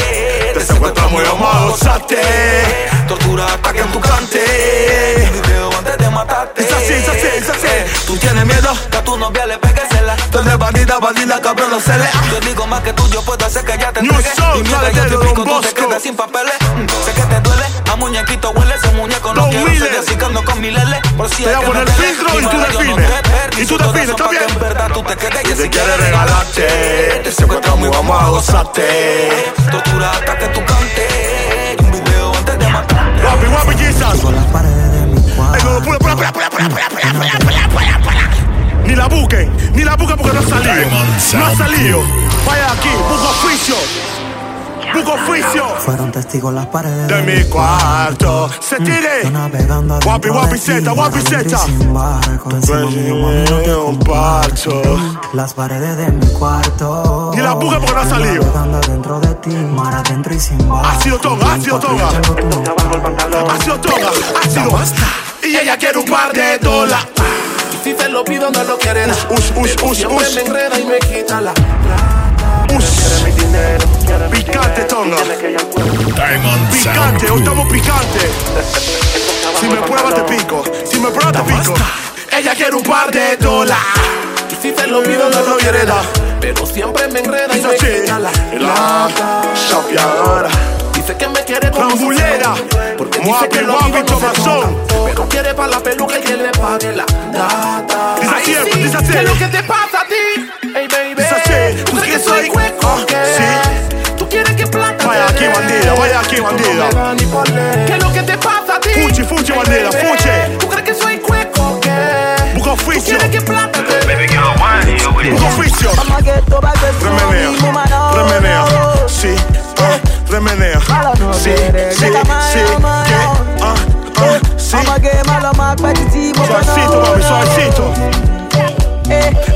S6: te
S2: Te secuestra muy amado, sate.
S6: tortura hasta que tú cantes. Mi video antes de matarte.
S2: Es así, es así, es así.
S6: Tú tienes miedo que a tu novia le pegues en la.
S2: Tú eres bandida, bandida, cabrón, no se le.
S6: Yo digo más que tú, yo puedo hacer que ya te
S2: New
S6: entregue.
S2: Soul,
S6: Y mira,
S2: sale
S6: yo
S2: de
S6: te
S2: Don
S6: pico, tú te
S2: Bosco.
S6: quedas sin papeles. Mm, Sé que te duele, a muñequito huele, ese muñeco no
S2: Don
S6: quiero
S2: Miller.
S6: seguir acicando con mi lele. Por si
S2: Te voy
S6: hay
S2: a
S6: que
S2: poner
S6: meterle,
S2: filtro y tú
S6: para yo no
S2: defines.
S6: te perdí
S2: Y
S6: su
S2: tú defines,
S6: corazón
S2: ¿está
S6: pa' que
S2: bien?
S6: En verdad tú te quedes
S2: Si
S6: y
S2: te
S6: si
S2: quieres
S6: quieres Este
S2: regalarte, te secuestramos y vamos a gozarte.
S6: Tortura hasta que tú cantes. Un video antes de matarte.
S2: Guapi, guapi, Jesus.
S6: Con las paredes de mi cuarto.
S2: Ay, no, no, pula, pula, pula, pula, pula, pula, pula, pula, pula, pula, pula. Ni la busquen, ni la busquen porque no ha salido. No ha salido. Vaya de aquí, busca oficio. Busca oficio.
S6: Fueron testigos las paredes Mm.
S2: De mi cuarto. Se
S6: Yo
S2: tire.
S6: navegando adentro
S2: Guapi, guapi,
S6: de ti,
S2: zeta, guapi,
S6: adentro y
S2: zeta.
S6: sin barco. Encima mío, mami, no te
S2: un parcho.
S6: Las paredes de mi cuarto.
S2: Ni la buga porque no ha
S6: Yo
S2: salido.
S6: navegando dentro de ti, mar adentro y sin barco.
S2: Ácido toga, ácido toga. Ácido toga, ácido. Y ella quiere un par de dólares.
S8: Si te lo pido, no lo quieres.
S2: Ush, ush, ush,
S8: Siempre
S2: ush.
S8: me enreda y me quita la plata.
S2: Ush. Picante, Tonga.
S1: Diamond Sound
S2: Picante, hoy estamos picante. Si me pruebas te pico, si me pruebas te pico. Ella quiere un par de dólares.
S7: Y si te lo pido, no lo heredar. Pero siempre me enreda y
S2: Dice
S7: me
S2: así,
S7: quita la
S2: la
S7: chapeadora. Dice que me quiere como si
S2: Rambulera.
S7: fuera- Porque dice
S2: Guapi,
S7: que lo
S2: guapi,
S7: mío no se
S2: chomazón.
S7: toca. Pero quiere pa' la peluca y que le pague la data.
S2: Dice
S7: Ay,
S2: así,
S7: sí,
S2: dice así.
S7: ¿qué es lo que te pasa a ti? Ey, baby.
S2: Dice así,
S7: ¿Tú
S2: ¿tú
S7: crees que
S2: quieres
S7: soy
S2: ser-
S7: hueco?
S2: Ah,
S7: ¿Qué? ¿Tú quieres que plata
S2: Vaya
S7: te
S2: aquí,
S7: dé?
S2: bandida, vaya aquí,
S7: Tú no
S2: bandida.
S7: me das ni por ley. ¿Qué es lo que te pasa a ti?
S2: Fuchi, fuchi,
S7: Ey,
S2: bandida,
S7: baby.
S2: fuchi.
S7: ¿Tú crees que soy hueco? ¿Qué?
S2: Busca
S7: ¿Tú
S2: oficio.
S7: quieres que plata te dé?
S2: Busca oficio. Remenea. Remenea. Sí. ah, Remenea. Sí. Sí. Sí. ¿Qué? Ah, ah, Sí. Suavecito, mami, suavecito.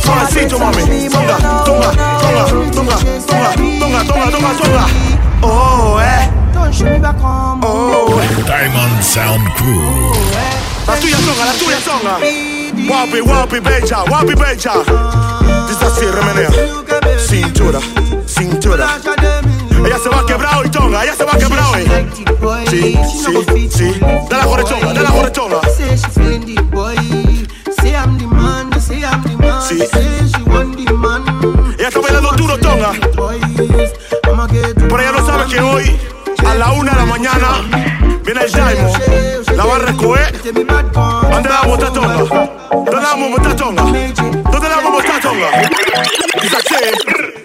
S2: Suavecito, mami. Tonga, tonga, tonga, tonga, tonga, tonga, tonga, tonga, tonga. Oh, eh. Oh, eh.
S1: Diamond Sound Crew.
S2: La tuya songa, la tuya songa. Guapi, guapi, bella, guapi, bella. Dice así, remenea. Cintura, cintura. Ella se va a quebrar hoy, tonga, ella se va a quebrar hoy. Sí, sí, sí. Dale la correchonga, dale la correchonga.
S26: Say she splendid boy. Say I'm the man, they say I'm the man.
S2: Sí.
S26: Say she want the man.
S2: Ella está bailando duro, tonga. Pero ella no sabe que hoy, a la una de la mañana, viene el daimo. La va a recoger. ¿Dónde la vamos a botar, tonga? ¿Dónde la vamos a botar, tonga? ¿Dónde la vamos a botar, tonga? Dice así.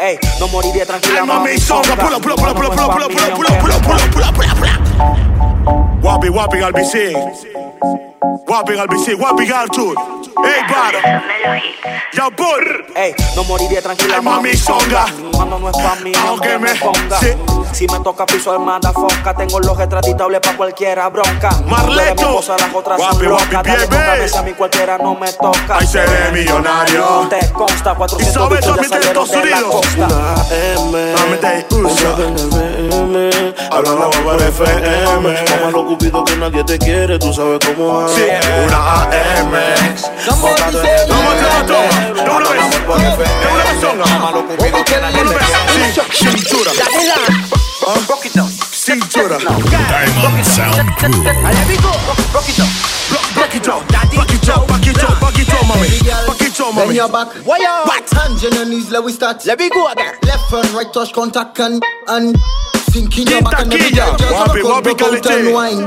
S20: Ey, no moriré tranquila,
S2: Ay, mami, songa, pula, pula, pula, pula, pula, pula, pula, pula, pula,
S20: pula.
S2: pula, pula, pula. Wapi, wapi, gal BC. Wapi, gal BC, wapi, gal tune. Hey, brother. Ya, por.
S20: Ey, no moriré tranquila,
S2: Ay, mami, songa.
S20: Cuando no es pa' mí,
S2: Aunque
S20: aunque me
S2: me-
S20: ponga.
S2: sí.
S20: Si me toca piso armada foca, tengo los retratitables pa' cualquiera bronca.
S2: Marleto.
S20: Tú eres mi cosa, las otras
S2: Guapi,
S20: son
S2: guapi,
S20: locas. Dale con
S2: bien,
S20: cabeza, a mí cualquiera no me toca.
S2: Ahí se ve millonario.
S20: Te consta, 400
S2: Isabel
S20: bichos ya
S2: también de
S20: salieron
S2: Estados
S20: de la
S2: Unidos.
S20: costa.
S2: Dame de usa.
S23: Habla la guapa de FM. Toma los cupidos que nadie te quiere, tú sabes cómo es.
S2: Sí, una AM. Vamos, toma, toma. De una vez. De una vez, songa. Una vez. Sí, cintura. Ah, Cintura.
S1: Diamond Sound Crew.
S2: Block- Block it up. Block it up, block it up, block it up, mami. Block it up,
S26: Bend
S2: mami.
S26: your back. Why you? What? Hands on your knees, let we start. Let me go again. Left and right touch contact and and. Sink in your back and every girl
S2: Quintaquilla.
S26: just
S2: Wapi,
S26: broke out,
S2: wapi,
S26: broke out
S2: Calete.
S26: and wine.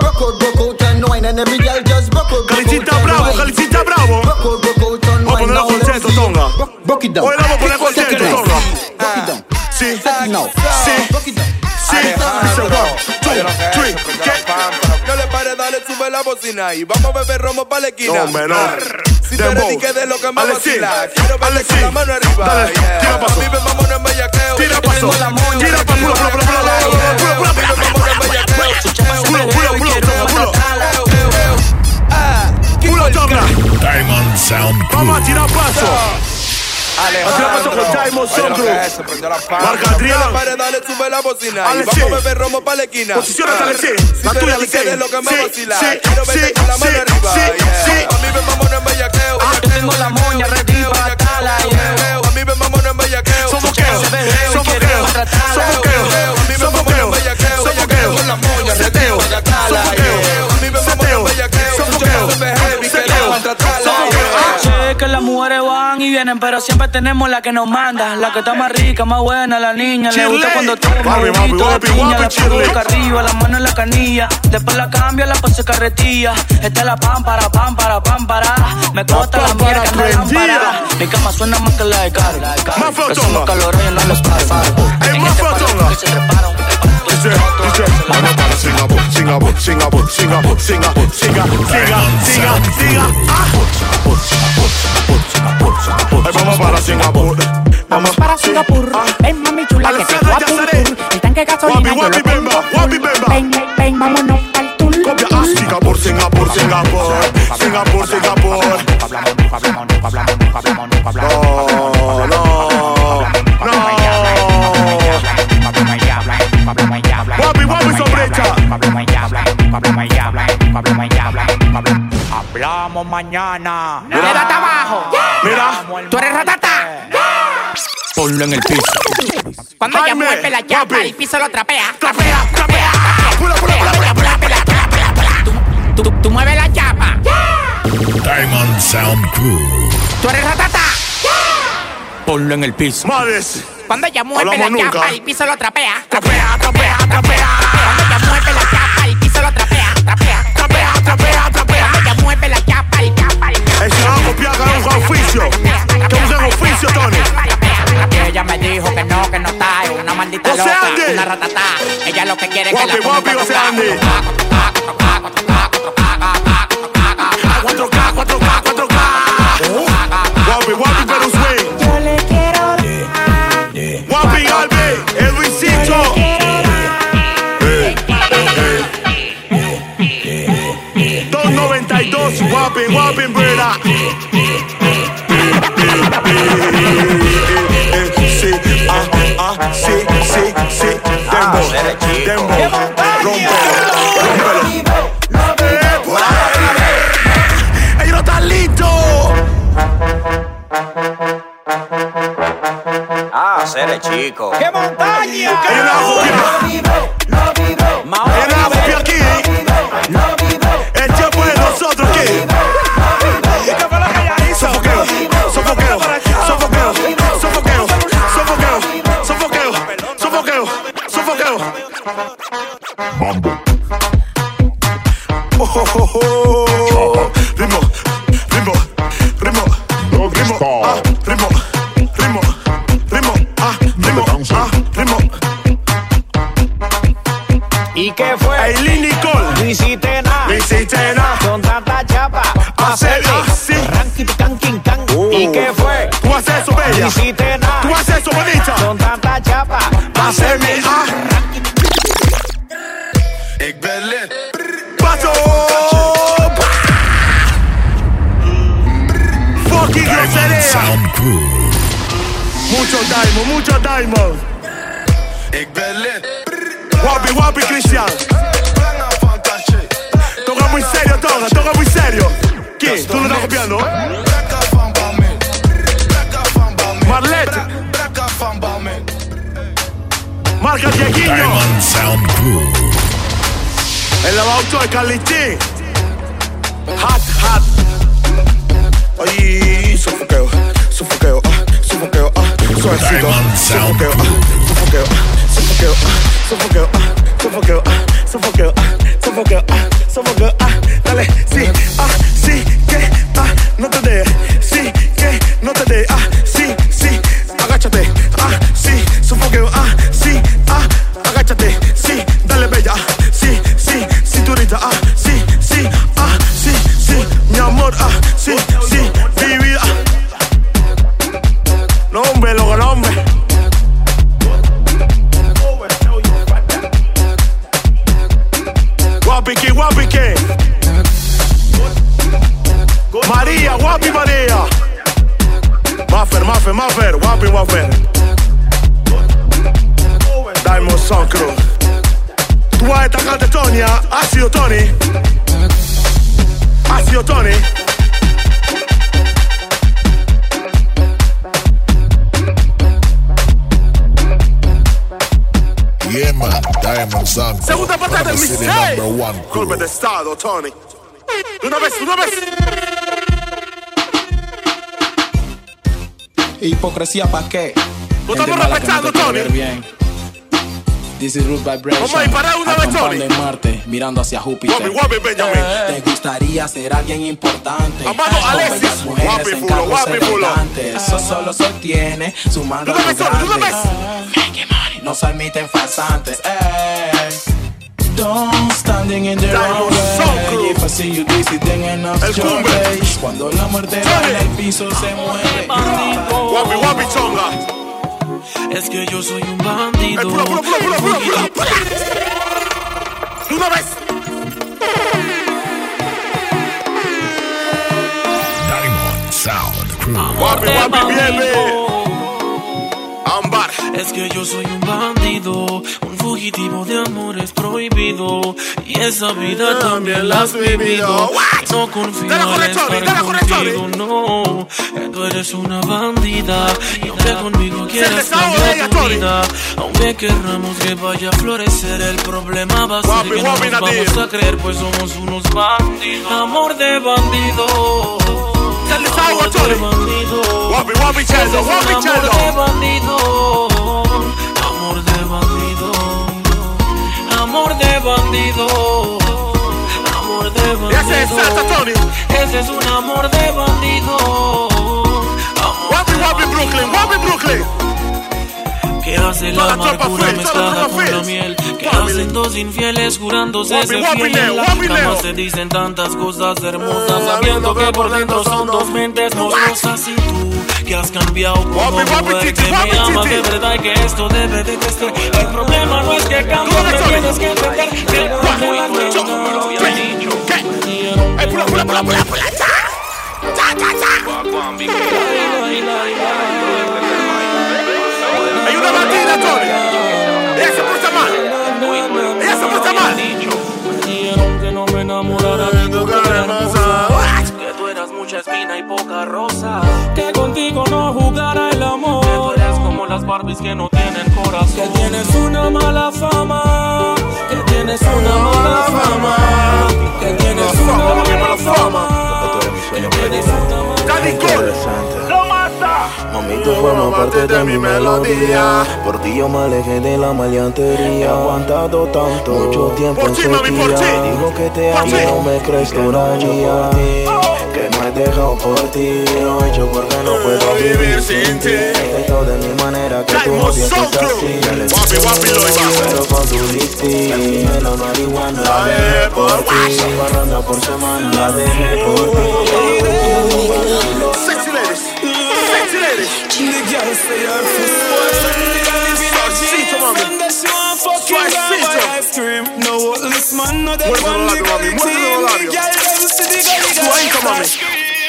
S26: Broke out, broke out and wine and every girl just broke out, broke out and
S2: Calicita bravo,
S26: wine.
S2: calicita bravo.
S26: Broke out, broke out and
S2: Vamos a
S26: wine.
S2: ponerla
S26: Now let's
S2: contento, Tonga.
S26: broke it down.
S2: Hoy la vamos a poner
S26: Take it
S2: contento,
S26: down.
S2: Tonga.
S26: Broke it down.
S2: Sí,
S26: Take it now. Broke
S2: sí,
S26: it down.
S2: sí. Dice one, two, three, get.
S10: No le pares, dale, sube la bocina y vamos a beber romo pa' la esquina.
S2: No, me no.
S10: Si te
S2: Dembow.
S10: dediques de lo que me
S2: Alexis,
S10: vacila, quiero verte con
S2: Alexis.
S10: la mano arriba.
S2: Dale,
S10: yeah.
S2: tira paso.
S10: Mami, ven, vámonos en bellaqueo.
S2: Tira
S10: Yo tengo
S2: paso.
S10: la moña,
S2: Tira
S10: yo
S2: paso.
S10: tengo
S2: Pula, pula, pula,
S10: la cara,
S2: pula,
S10: yeah.
S2: pula, pula, pula,
S10: Ven,
S2: pula,
S10: vámonos en bellaqueo.
S2: Pulo, pulo, pulo, tonga, pulo. Pulo, tonga.
S1: Diamond Sound
S2: Vamos a
S1: Crew.
S2: tirar paso. A tirar paso con Diamond
S10: Oye, lo
S2: Sound
S10: que
S2: Crew.
S10: es eso, prendió la pala.
S2: Marca
S10: No
S2: Adrián.
S10: le pares, dale, sube la bocina y
S2: Alexis.
S10: vamos a beber romo pa' la esquina.
S2: Posicionate,
S10: Ah.
S2: Alexis.
S10: Si
S2: La
S10: te
S2: tuya,
S10: dediques
S2: Alexis.
S10: de lo que me
S2: Sí,
S10: vacila,
S2: sí,
S10: quiero verte
S2: sí,
S10: con la
S2: sí,
S10: mano arriba,
S2: sí,
S10: yeah.
S2: sí. Ah,
S10: A mí ven, vámonos en bellaqueo. Yo tengo la moña, arriba, tala, yeah. A mí ven, vámonos en bellaqueo.
S2: Somos queos, somos queos, somos queos, somos queos, somos queos. Seteo, somos queos, seteo, somos queos, seteo, somos queos. ah.
S4: Sé que las mujeres van y vienen, pero siempre tenemos la que nos manda. La que está más rica, más buena, la niña. Le gusta
S2: Chile.
S4: cuando toma
S2: Guapi,
S4: un
S2: guapi,
S4: poquito de
S2: guapi,
S4: piña.
S2: guapi,
S4: La
S2: chile.
S4: peluca arriba, la mano en la canilla. Después la cambio, la paso carretilla. Esta es la pámpara, pámpara, pámpara. Me consta la mía que anda
S2: prendida.
S4: lámpara. Mi cama suena más que la de Caro.
S2: Más
S4: Que son
S2: fotonga.
S4: los calores y no los paro.
S2: Ey, más fotonga. Dice, dice, mano para singa, bo, singa, bo, singa, bo, singa, bo, singa, singa, singa, singa, singa, ah. Ey, vamos para Singapur. Vamos
S14: para Singapur. Ven, mami chula, que te
S2: Alexander,
S14: voy a turur.
S2: Yazaré.
S14: El tanque de gasolina
S2: Guapi,
S14: yo
S2: guapi,
S14: lo tengo.
S2: bemba, guapi, bemba.
S14: Ven, ven, vámonos pa'l tul,
S2: Copia a
S14: tul.
S2: Singapur, Singapur, Singapur, Singapur, Singapur. No, no, no. Guapi, guapi, sombrecha.
S15: Hablamos mañana.
S2: Mira,
S15: abajo!
S2: mira,
S15: ¡Tú eres ratata!
S27: Ponlo en el piso.
S8: Cuando ella
S27: Jaime,
S8: mueve la llama,
S27: papi.
S8: el piso lo trapea.
S2: Trapea, trapea. Pula,
S8: pula, pula, pula, pula, pula, pula, pula, pula. Tú, tú, tú mueves la llama.
S1: Diamond Sound Crew.
S8: Tú eres ratata.
S27: Ponlo en el piso.
S2: Madres.
S8: Cuando ella mueve la
S27: Hablamos nunca.
S8: llama, el piso lo trapea. Trapea, trapea, trapea. Cuando ella mueve la llama, el piso lo trapea. Trapea, trapea, trapea, trapea. Cuando ella mueve la llama, el llama, el
S2: El ciudadano copiar que es un oficio. Que es un oficio, Tony.
S8: Que ella me dijo que no, que no está, es una maldita
S2: José
S8: loca,
S2: Andy.
S8: una ratatá. Ella lo que quiere es que la
S2: Guapi, guapi,
S8: ponga
S2: José
S8: a
S2: Andy. A 4K, 4K, 4K. Guapi, guapi, pero swing.
S28: Yo le quiero
S2: Guapi, Albi, el Luisito. Eh, eh, eh. 292, guapi, guapi, brother. Sí, ah, ah, sí, sí, sí.
S8: Ah,
S2: Dembow, dembow, rompelo, rompelo. Eh, por ahí. Ellos no están listos.
S27: Ah, seré chico.
S2: ¡Qué montaña! ¡Hay una copia! ¡Hay una copia aquí! ¡El tiempo es de nosotros aquí! Sofoqueo, sofoqueo, sofoqueo, sofoqueo, sofoqueo, sofoqueo, sofoqueo, sofoqueo. Oh, oh, oh, oh. Ritmo, ritmo, ritmo, ritmo, ah, ritmo, ritmo, ritmo, ah, ritmo, ah, ritmo.
S6: ¿Y qué fue?
S2: Aileen Nicole.
S6: No hiciste nada.
S2: No hiciste nada.
S6: Con tanta chapa.
S2: Hacerle así.
S6: Ranky, pican, king, can. ¿Y qué fue?
S2: Tú haces eso, bella.
S6: No hiciste nada.
S2: Tú haces eso, bonita.
S6: Con tanta chapa.
S2: Hacerme ah.
S6: Ik ben lid.
S2: Paso. Fucking
S1: Diamond
S2: grosería.
S1: Sound Crew.
S2: Mucho diamond, mucho diamond.
S6: Ik ben lid.
S2: Guapi, guapi, Cristian. Toca muy serio, toca, toca muy serio. ¿Qué? ¿Tú lo estás copiando? ¿eh? Marlete. Marca Dieguinho.
S1: Diamond Sound Crew.
S2: El lavauto de Carlitín. Hot, hot. Ay, sofoqueo, sofoqueo, ah, sofoqueo, ah, suavecito.
S1: Diamond Sound
S2: Sofoqueo, ah, sofoqueo, ah, sofoqueo, ah, sofoqueo, ah, sofoqueo, ah, sofoqueo, ah, sofoqueo, ah, sofoqueo, ah, dale, sí, ah, sí, que, ah, no te de, sí, que, no te de, ah, sí, sí, agáchate, ah, sí, sofoqueo, ah, sí, ah, agáchate, sí, dale bella, ah, sí, sí, cinturita, ah, sí, sí, ah, sí, sí, mi amor, ah, sí, sí, mi vida. No, hombre, loco, no, hombre. Guapiqui, guapiqui. María, guapi María. Maffer, maffer, maffer, guapi, maffer. Diamond Sound Crew. Tu vas a atacarte, Tonya. Ha sido Tony. Ha sido Tony.
S1: Yeah, man. Diamond Sound Crew.
S2: Segunda patada del
S1: From the city
S2: Mixtape.
S1: number one crew.
S2: Golpe de estado, Tony. De una vez, de una vez.
S10: Hipocresía pa' qué.
S2: Lo
S10: Gente
S2: estamos
S10: mala que no
S2: respetando,
S10: te quiere
S2: Tony.
S10: ver bien. This is Root Vibration.
S2: Vamos a disparar una vez,
S10: Acampando
S2: Tony.
S10: en Marte, mirando hacia Júpiter.
S2: Guapi, guapi, Benjamin.
S10: Eh, Te gustaría ser alguien importante.
S2: Amado
S10: Con
S2: Alexis.
S10: bellas mujeres
S2: Guapi,
S10: en
S2: fulo,
S10: carros
S2: guapi, fulo.
S10: elegantes. Eso solo sostiene su mano
S2: Tú lo ves, Tony, tú lo
S10: arrogante.
S2: ves.
S10: No se admiten falsantes. eh. Don't standing in the
S2: Diamond Sound
S10: runway.
S2: Crew.
S10: If I see you do it, then enough
S2: El
S10: your
S2: cumbre.
S10: way. Cuando la muerte
S2: Tony.
S10: en el piso se mueve.
S2: Guapi, guapi, chonga.
S6: Es que yo soy un
S2: Eh,
S6: bandido.
S2: pula, pula, pula, pula, pula, pula, pula. De una vez.
S1: Diamond Sound Crew.
S2: Guapi, guapi, bien, bien. Ámbar.
S6: Es que yo soy un bandido, un fugido. Fugitivo de amores prohibido y esa vida también la has vivido. No confío en estar contigo, no. Eh, Tú eres una bandida y aunque conmigo quieras cambiar tu vida, aunque querramos que vaya a florecer, el problema va a ser que no nos vamos a creer, pues somos unos bandidos. Amor de bandido. Amor de bandido. Ese es un Amor de bandido. Amor de bandido. Amor de bandido. Amor de bandido. Ese es Ese es un amor de bandido. Wabi Wabi Brooklyn, Wabi Brooklyn. Que hace la amargura mezclada con la miel Que hacen dos infieles jurándose
S2: Wabi,
S6: ser
S2: wabi,
S6: fiel
S2: leo,
S6: En la
S2: wabi,
S6: cama
S2: leo.
S6: se dicen tantas cosas hermosas Sabiendo que por dentro son dos mentes monstruosas Y tú que has cambiado como
S2: Wabi, wabi,
S6: mujer
S2: titi,
S6: Que
S2: wabi,
S6: me amas
S2: titi.
S6: de verdad y que esto debe de crecer El problema no es que cambie,
S2: Dale,
S6: pero
S2: Sony.
S6: tienes que entender Que el
S2: Hay una bandida, Tony. Ella se puso mal. Ella se puso mal.
S6: dijeron que no me enamorara de tu cara hermosa. Que tú eras mucha espina y poca rosa. Que contigo no jugara el amor. Que tú eres como las Barbies que no tienen corazón. Que tienes una mala fama. Que tienes una mala fama. Que tienes una mala fama.
S4: Lo mata. Mami, tú formas parte de mi melodía. Por ti yo me alejé de la maleantería. He aguantado tanto, mucho tiempo en sequía. Digo que te amo, no me crees todavía. Que me has dejado por ti. Lo he hecho porque no puedo vivir sin ti. He hecho de mi manera que tú no piensas así. Pero con tu listín, me la marihuana la dejé por ti. Barranda por semana la dejé por ti.
S2: Sexy ladies. Sexy ladies. Suavecito, mami. Suavecito. Muérdelo los labios, mami. Muérdelo los labios. Suavecito, mami.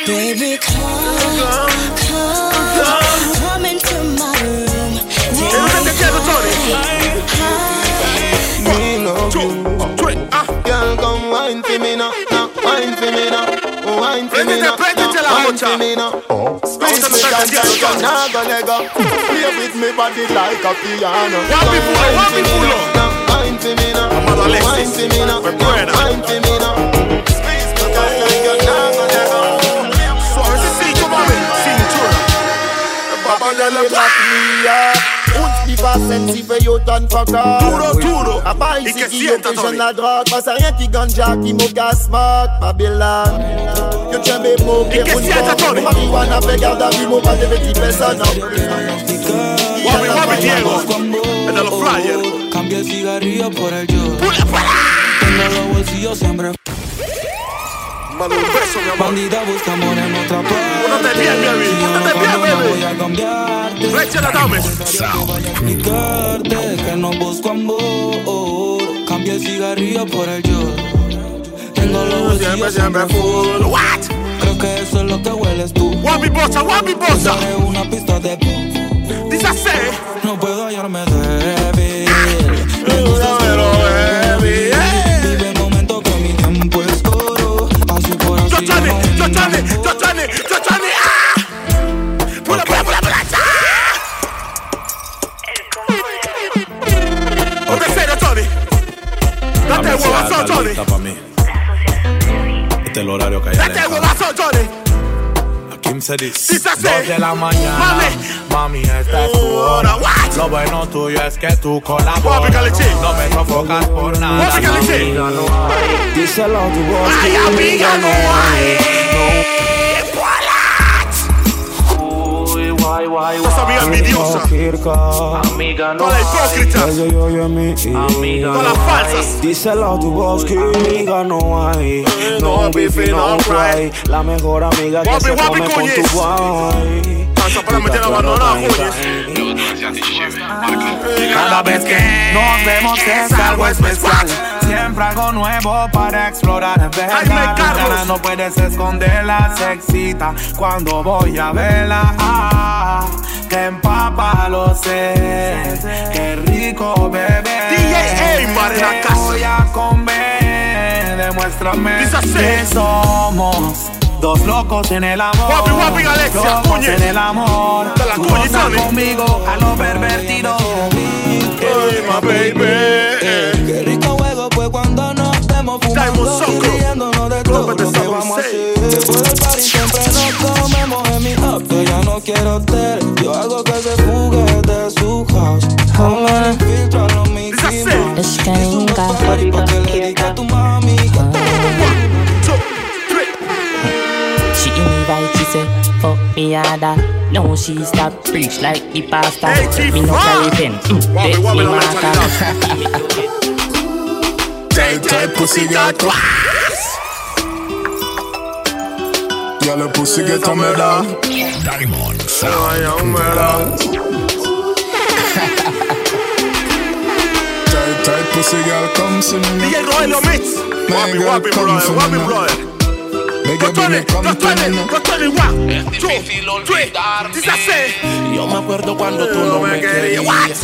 S5: Baby, come, come, come into my room.
S10: Me love you. Girl, come wine for me now, now, wine for me now, wine for me now, now, wine for me now. Squeeze ah. me down, girl, come now, go let go. Play with me body like a piano. Come wine for me now, now, wine for me now, wine for me now, now, wine for me now.
S2: Oh.
S10: Squeeze me down, girl, now, go let go.
S2: Suavecito, mami. Cintura.
S10: Papa ya le black me up. Und die war sensible Jotan verkauft. Duro, duro. Aber ich sehe die Occasion la drogue. Was rien qui ganja, qui m'orgasmat. Babylon. Que tu aimes mon qui est mon corps. Marihuana, regarde à lui, mon pas de petit personne.
S2: Wabi, wabi, Diego. El de los flyers.
S29: Cambia el cigarrillo por el yo. Tengo los bolsillos siempre.
S2: Manda un beso, mi amor.
S29: Bandida busca amor en otra parte.
S2: Pórtate bien, baby. Pórtate bien,
S29: Voy a cambiarte.
S2: Rachel Adames.
S29: explicarte que no busco amor. Cambia el cigarrillo por el yo. Tengo los bolsillos siempre full. What? Creo que eso es lo que hueles tú.
S2: Wabi Bossa, Wabi Bossa.
S29: Daré una pista de pop.
S2: Dice así.
S29: No puedo hallarme débil. Me gusta pero débil. Vive el momento que mi tiempo es oro. Así por así. Yo, Johnny, yo, Johnny, yo, Johnny.
S2: Pula, pula, pula, pula. Ponte serio, Tony. Date el huevazo, Tony.
S30: para mí. Este es el horario que hay
S2: Date el huevazo, Tony.
S30: A 15 dis.
S2: Dice así.
S30: Dos de la mañana. Mami, esta es tu
S10: Oh,
S30: hora. Lo bueno tuyo es que tú colaboras. No me sofocas por nada. Amiga, no hay.
S31: Díselo a tu voz.
S30: Ay,
S31: que
S30: amiga,
S31: amiga
S30: no hay.
S6: Uy, guay, guay,
S31: Esa amiga
S6: guay.
S31: envidiosa.
S6: Amiga, no. hay.
S31: Yo, yo, yo, en mí.
S6: Amiga, Todas las no falsas.
S31: Díselo a tu voz que amiga no hay. No beefy, no cry. La mejor amiga que
S2: Guapi,
S31: se
S2: guapi,
S31: come con tu
S2: coñes.
S31: guay.
S2: Pasa para meter la mano, no,
S30: Cada vez que nos vemos es algo especial.
S9: Siempre algo nuevo para explorar. Es verdad, Nana, no puedes esconderla. Se excita cuando voy a verla. Ah, que empapa lo sé. Qué rico bebé.
S2: Neymar en la casa.
S32: Voy a comer, demuéstrame
S2: Dice así.
S32: que somos dos locos en el amor.
S2: Guapi,
S5: Oh,
S2: guapi, Alexia,
S32: locos
S2: cuñe.
S32: en el amor.
S2: Te la
S32: Tú
S2: cuñe,
S32: gozas
S2: Sammy.
S32: conmigo a lo pervertido.
S2: Ay, my baby.
S5: Eh, Qué rico juego fue cuando nos estemos fumando y riéndonos de todo lo que vamos a hacer. Después del party siempre nos comemos en mi house. Yo ya no quiero hotel, yo hago que se fugue de su house. Ahora en filtro a los micrimos. Es que nunca. Pa' que le diga a tu mami que
S9: She invite, she say, fuck me harder. Now she stop preach like the pastor. me no carry pen, mm,
S2: Wobble,
S9: take
S2: wobble,
S9: me
S2: la
S9: matter.
S2: JJ Pussy Got
S9: Girl,
S2: your pussy get humedad.
S33: Diamond
S10: Oh,
S2: Ay, humedad.
S34: Tight, tight pussy girl, come to me.
S2: DJ Roy lo mix. Guapi,
S34: girl,
S2: guapi,
S34: come
S2: brother,
S34: for
S2: guapi,
S34: me now.
S2: brother.
S34: Nigga, baby, come to me now.
S2: Es difícil
S10: Yo me acuerdo cuando tú no me querías.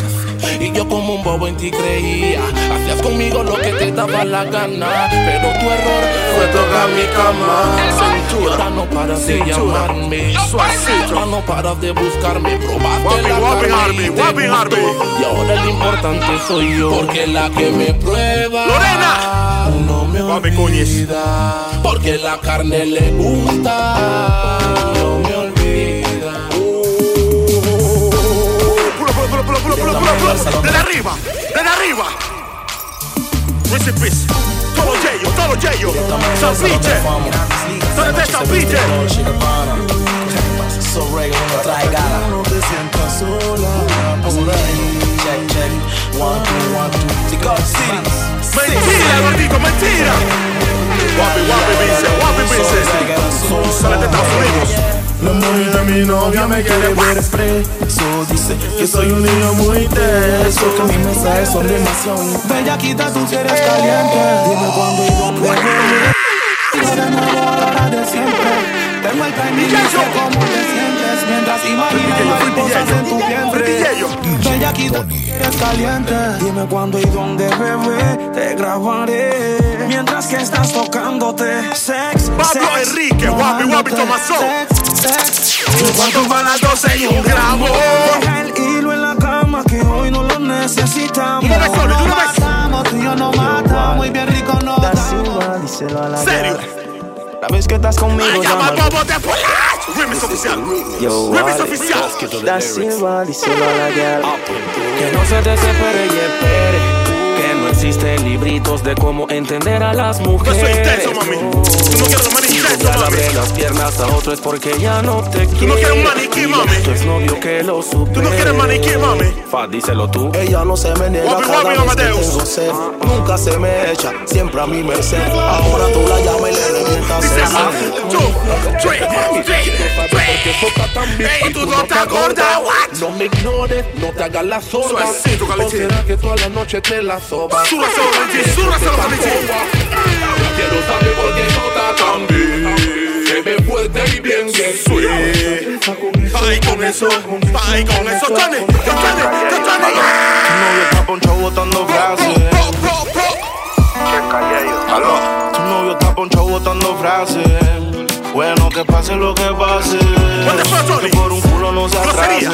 S10: Y yo como un bobo en ti creía. Hacías conmigo lo que te daba la gana. Pero tu error fue tocar mi cama. Y ahora no paras de
S2: Cintura.
S10: llamarme. Ahora no paras de buscarme. Probaste
S2: Guapi,
S10: la
S2: guapi,
S10: carne
S2: Army,
S10: y te
S2: guapi,
S10: gustó.
S2: Army.
S10: Y ahora el importante soy yo. Porque la que me prueba.
S2: Lorena.
S10: No me olvida. Porque la carne le gusta. No me olvida.
S2: Uh, Puro, puro, puro, puro, puro, puro, puro, puro. Desde arriba, desde arriba. Rest in peace. Todo yello, todo yello. San Piche. Tú de San Piche.
S6: Sorrego no traigada. No te sientas sola. Por ahí. Check, check. One, two, one, two. The God City.
S2: Mentira, gordito, mentira. Guapi, guapi, dice, guapi, dice. Sale de Estados Unidos.
S34: La mujer de mi novia me quiere ver preso Dice que soy un niño muy teso Que mis mensajes son demasiado
S6: Bella quita, tú si eres caliente. Dime cuándo y dónde. volver. Y de nuevo ahora de siempre. Tengo el timing. y sé cómo te sientes mientras imaginas mariposas en tu vientre. Bella quita, tú si eres caliente. Dime cuándo y dónde, bebé. Te grabaré. Mientras que estás tocándote, sex.
S2: Pablo
S6: sex,
S2: Enrique, Guapi, Guapi,
S6: mojándote,
S2: Tomazón.
S6: sex, sex.
S2: ¿Y cuánto van las 12 y un gramo?
S6: Deja el hilo en la cama que hoy no lo necesitamos.
S2: Una vez solo, una vez.
S6: matamos, tú y yo no matamos. Muy bien rico no
S4: Dásela, díselo a la
S2: Serio.
S4: cara. La vez que estás conmigo,
S2: Llama al
S4: llámalo.
S2: bobo de Polat. Remix oficial.
S4: Yo,
S2: Remix
S4: vale.
S2: oficial. Ah.
S4: Da Silva, díselo a la gal.
S6: Que no se desespere y espere. Que no existen libritos de cómo entender a las mujeres.
S2: Yo soy intenso, mami. Tú no quieres un man intenso,
S6: Ya le
S2: mami.
S6: abrí las piernas a otro es porque ya no te quiere.
S2: Tú no quieres un maniquí, mami.
S6: Tu exnovio que lo supere.
S2: Tú no quieres maniquí, mami.
S6: Fa, díselo tú.
S4: Ella no se me niega
S2: Guapi,
S4: cada
S2: guapi,
S4: vez que
S2: Amadeus.
S4: tengo sed. Nunca se me echa, siempre a mí me sé. Ahora tú la llamas y le revientas
S2: Dice
S4: el
S2: ah,
S4: sed.
S2: tú, tú, tú, tú. Ey, tú no te acordas, what?
S10: No me ignores, no te hagas la sorda.
S2: Suavecito,
S10: ¿O
S2: Galicia.
S10: será que toda la noche te la soba?
S2: Súbase, Galicia, súbase, Galicia.
S10: Quiero saber por qué no está tan bien. Se ve fuerte y bien que soy.
S2: Ay, con eso, ay, con eso, Tony, yo, Tony, yo, Tony.
S4: novio está ponchado botando frases. Aló. Tu novio está ponchado botando frases. Bueno, que pase lo que pase. Que por un culo no se atrase.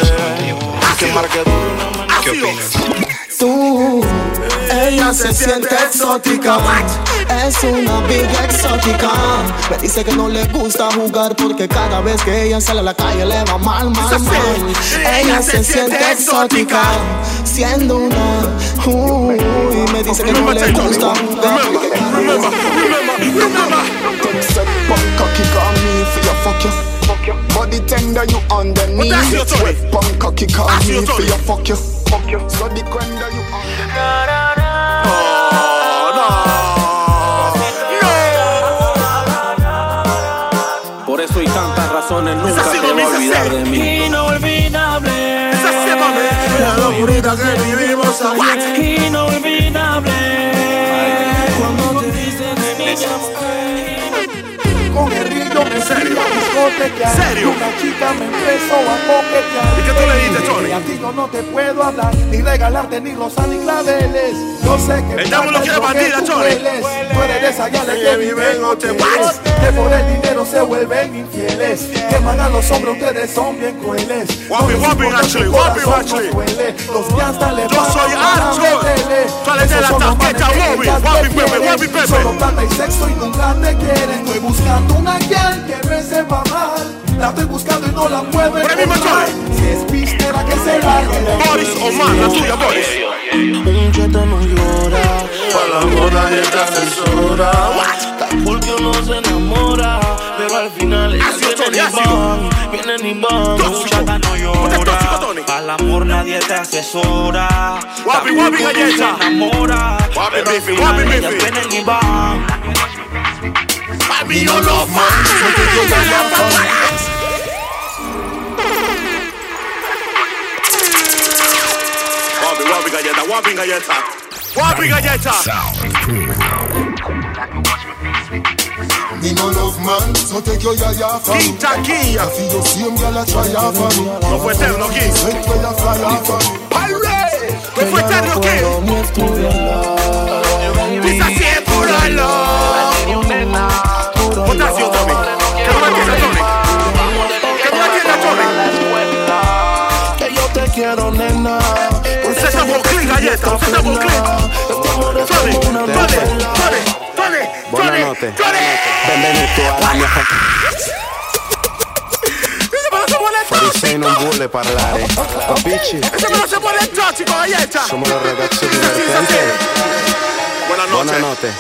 S4: Que marque duro.
S6: Ah,
S4: ¿Qué opinas?
S6: Tú,
S4: ella se siente exótica.
S6: Es una big exótica.
S4: Me dice que no le gusta jugar porque cada vez que ella sale a la calle le va mal, mal, mal. Ella se siente exótica, siendo una. Uy, me dice que no le gusta jugar.
S35: Take step back, cocky call me for your fuck you. Body tender you
S2: But
S35: underneath.
S2: that's your toy.
S35: Wet punk cocky call
S2: That's your
S35: me for
S2: toy.
S35: your fuck you. Fuck you. So the grinder you on.
S2: Oh,
S6: Por eso hay tantas razones
S2: nunca
S6: te voy a olvidar de mí.
S5: Inolvidable.
S2: La locura que vivimos ayer.
S5: Inolvidable. Cuando te dicen de mí,
S6: Con el ritmo me
S2: serio?
S6: discoteca.
S2: ¿Serio?
S6: Una chica me empezó a coquetear.
S2: ¿Y qué tú le diste, Tony?
S10: a ti yo no te puedo hablar, ni regalarte ni rosas ni claveles. Yo sé que
S2: El diablo
S10: falta
S2: quiere
S10: lo que
S2: bandida,
S10: tú
S2: Chole.
S10: hueles. Tú eres de esa gala que viven hoteles, que por el dinero se vuelven infieles. Que mandan los hombres, ustedes son bien crueles.
S2: Guapi, guapi, actually, guapi, actually.
S10: Los que hasta le
S2: Yo soy Archo. Sale de la tarjeta, Bobby. Guapi, Pepe, Guapi, Pepe.
S10: Solo plata y sexo y nunca te quieren. Estoy buscando una quien que me sepa mal. La estoy buscando y no la puedo encontrar. Si es pistera que se la
S2: Boris Oman, la tuya, Boris.
S10: Un cheta no llora.
S2: Pa' la moda y esta censura.
S36: Porque uno se enamora, pero al final ellas vienen y van, vienen y van. Un chata no llora, al amor nadie te asesora.
S2: Guapi,
S36: Tampoco
S2: guapi,
S36: uno
S2: galleta.
S36: Se enamora, pero al
S2: bifi, guapi,
S36: final ellas
S2: bifi.
S36: vienen y van.
S2: Mami, yo no más. Guapi, guapi, galleta, guapi, galleta. Guapi, galleta.
S37: Me no love man, so take your yaya from me.
S2: Quinta kia.
S37: I feel your same girl a try off on me.
S2: No fue eterno, King.
S37: Sweat where you fly off on me.
S2: Que fue eterno, King. Pisa siempre, Lolo. Potasio, Tommy. Que no me entiendas, Tommy. Que no me entiendas,
S10: Que yo te quiero, nena. Porque
S2: Usted se volcó en galleta, usted se volcó. Tommy, Tommy, Tommy, Tommy, Tommy,
S4: Buonanotte.
S2: Tommy.
S4: Benvenuto alla mia Farisei non vuole parlare, capisci?
S2: E se me lo se vuole il tossico, galleta.
S4: Siamo la ragazza divertente. Buonanotte.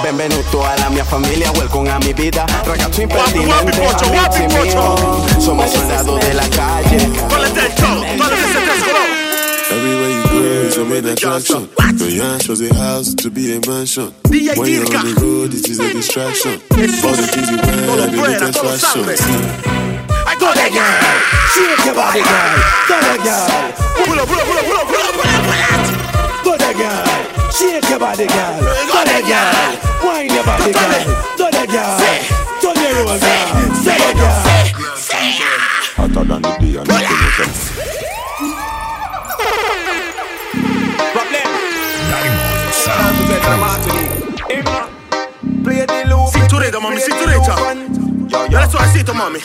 S4: Benvenuto alla mia famiglia, welcome a mi vida. Ragazzo impertinente,
S2: Guapi, guapi,
S4: amici
S2: pocho.
S4: miei. Somos soldados de la calle.
S2: Tolle del todo, tolle de ese tesoro.
S9: Everywhere you go, it's your main attraction. Your yash was a house to be a mansion.
S2: DJ
S9: When you're on the road, this is a distraction. All the things you wear, they look as fashion.
S2: I go there, girl. Shake your body, girl. Go there, girl. Pull up, pull up, pull up, pull up, pull up, pull up, pull up.
S10: Go there, girl. Shake your body, girl. Go there, girl. Wine your body, girl. Go there, girl. Turn your roll, girl. Say it, girl.
S9: Hotter than the day and the day.
S2: Cintureta, mami, cintureta. Yo la suavecito, mami.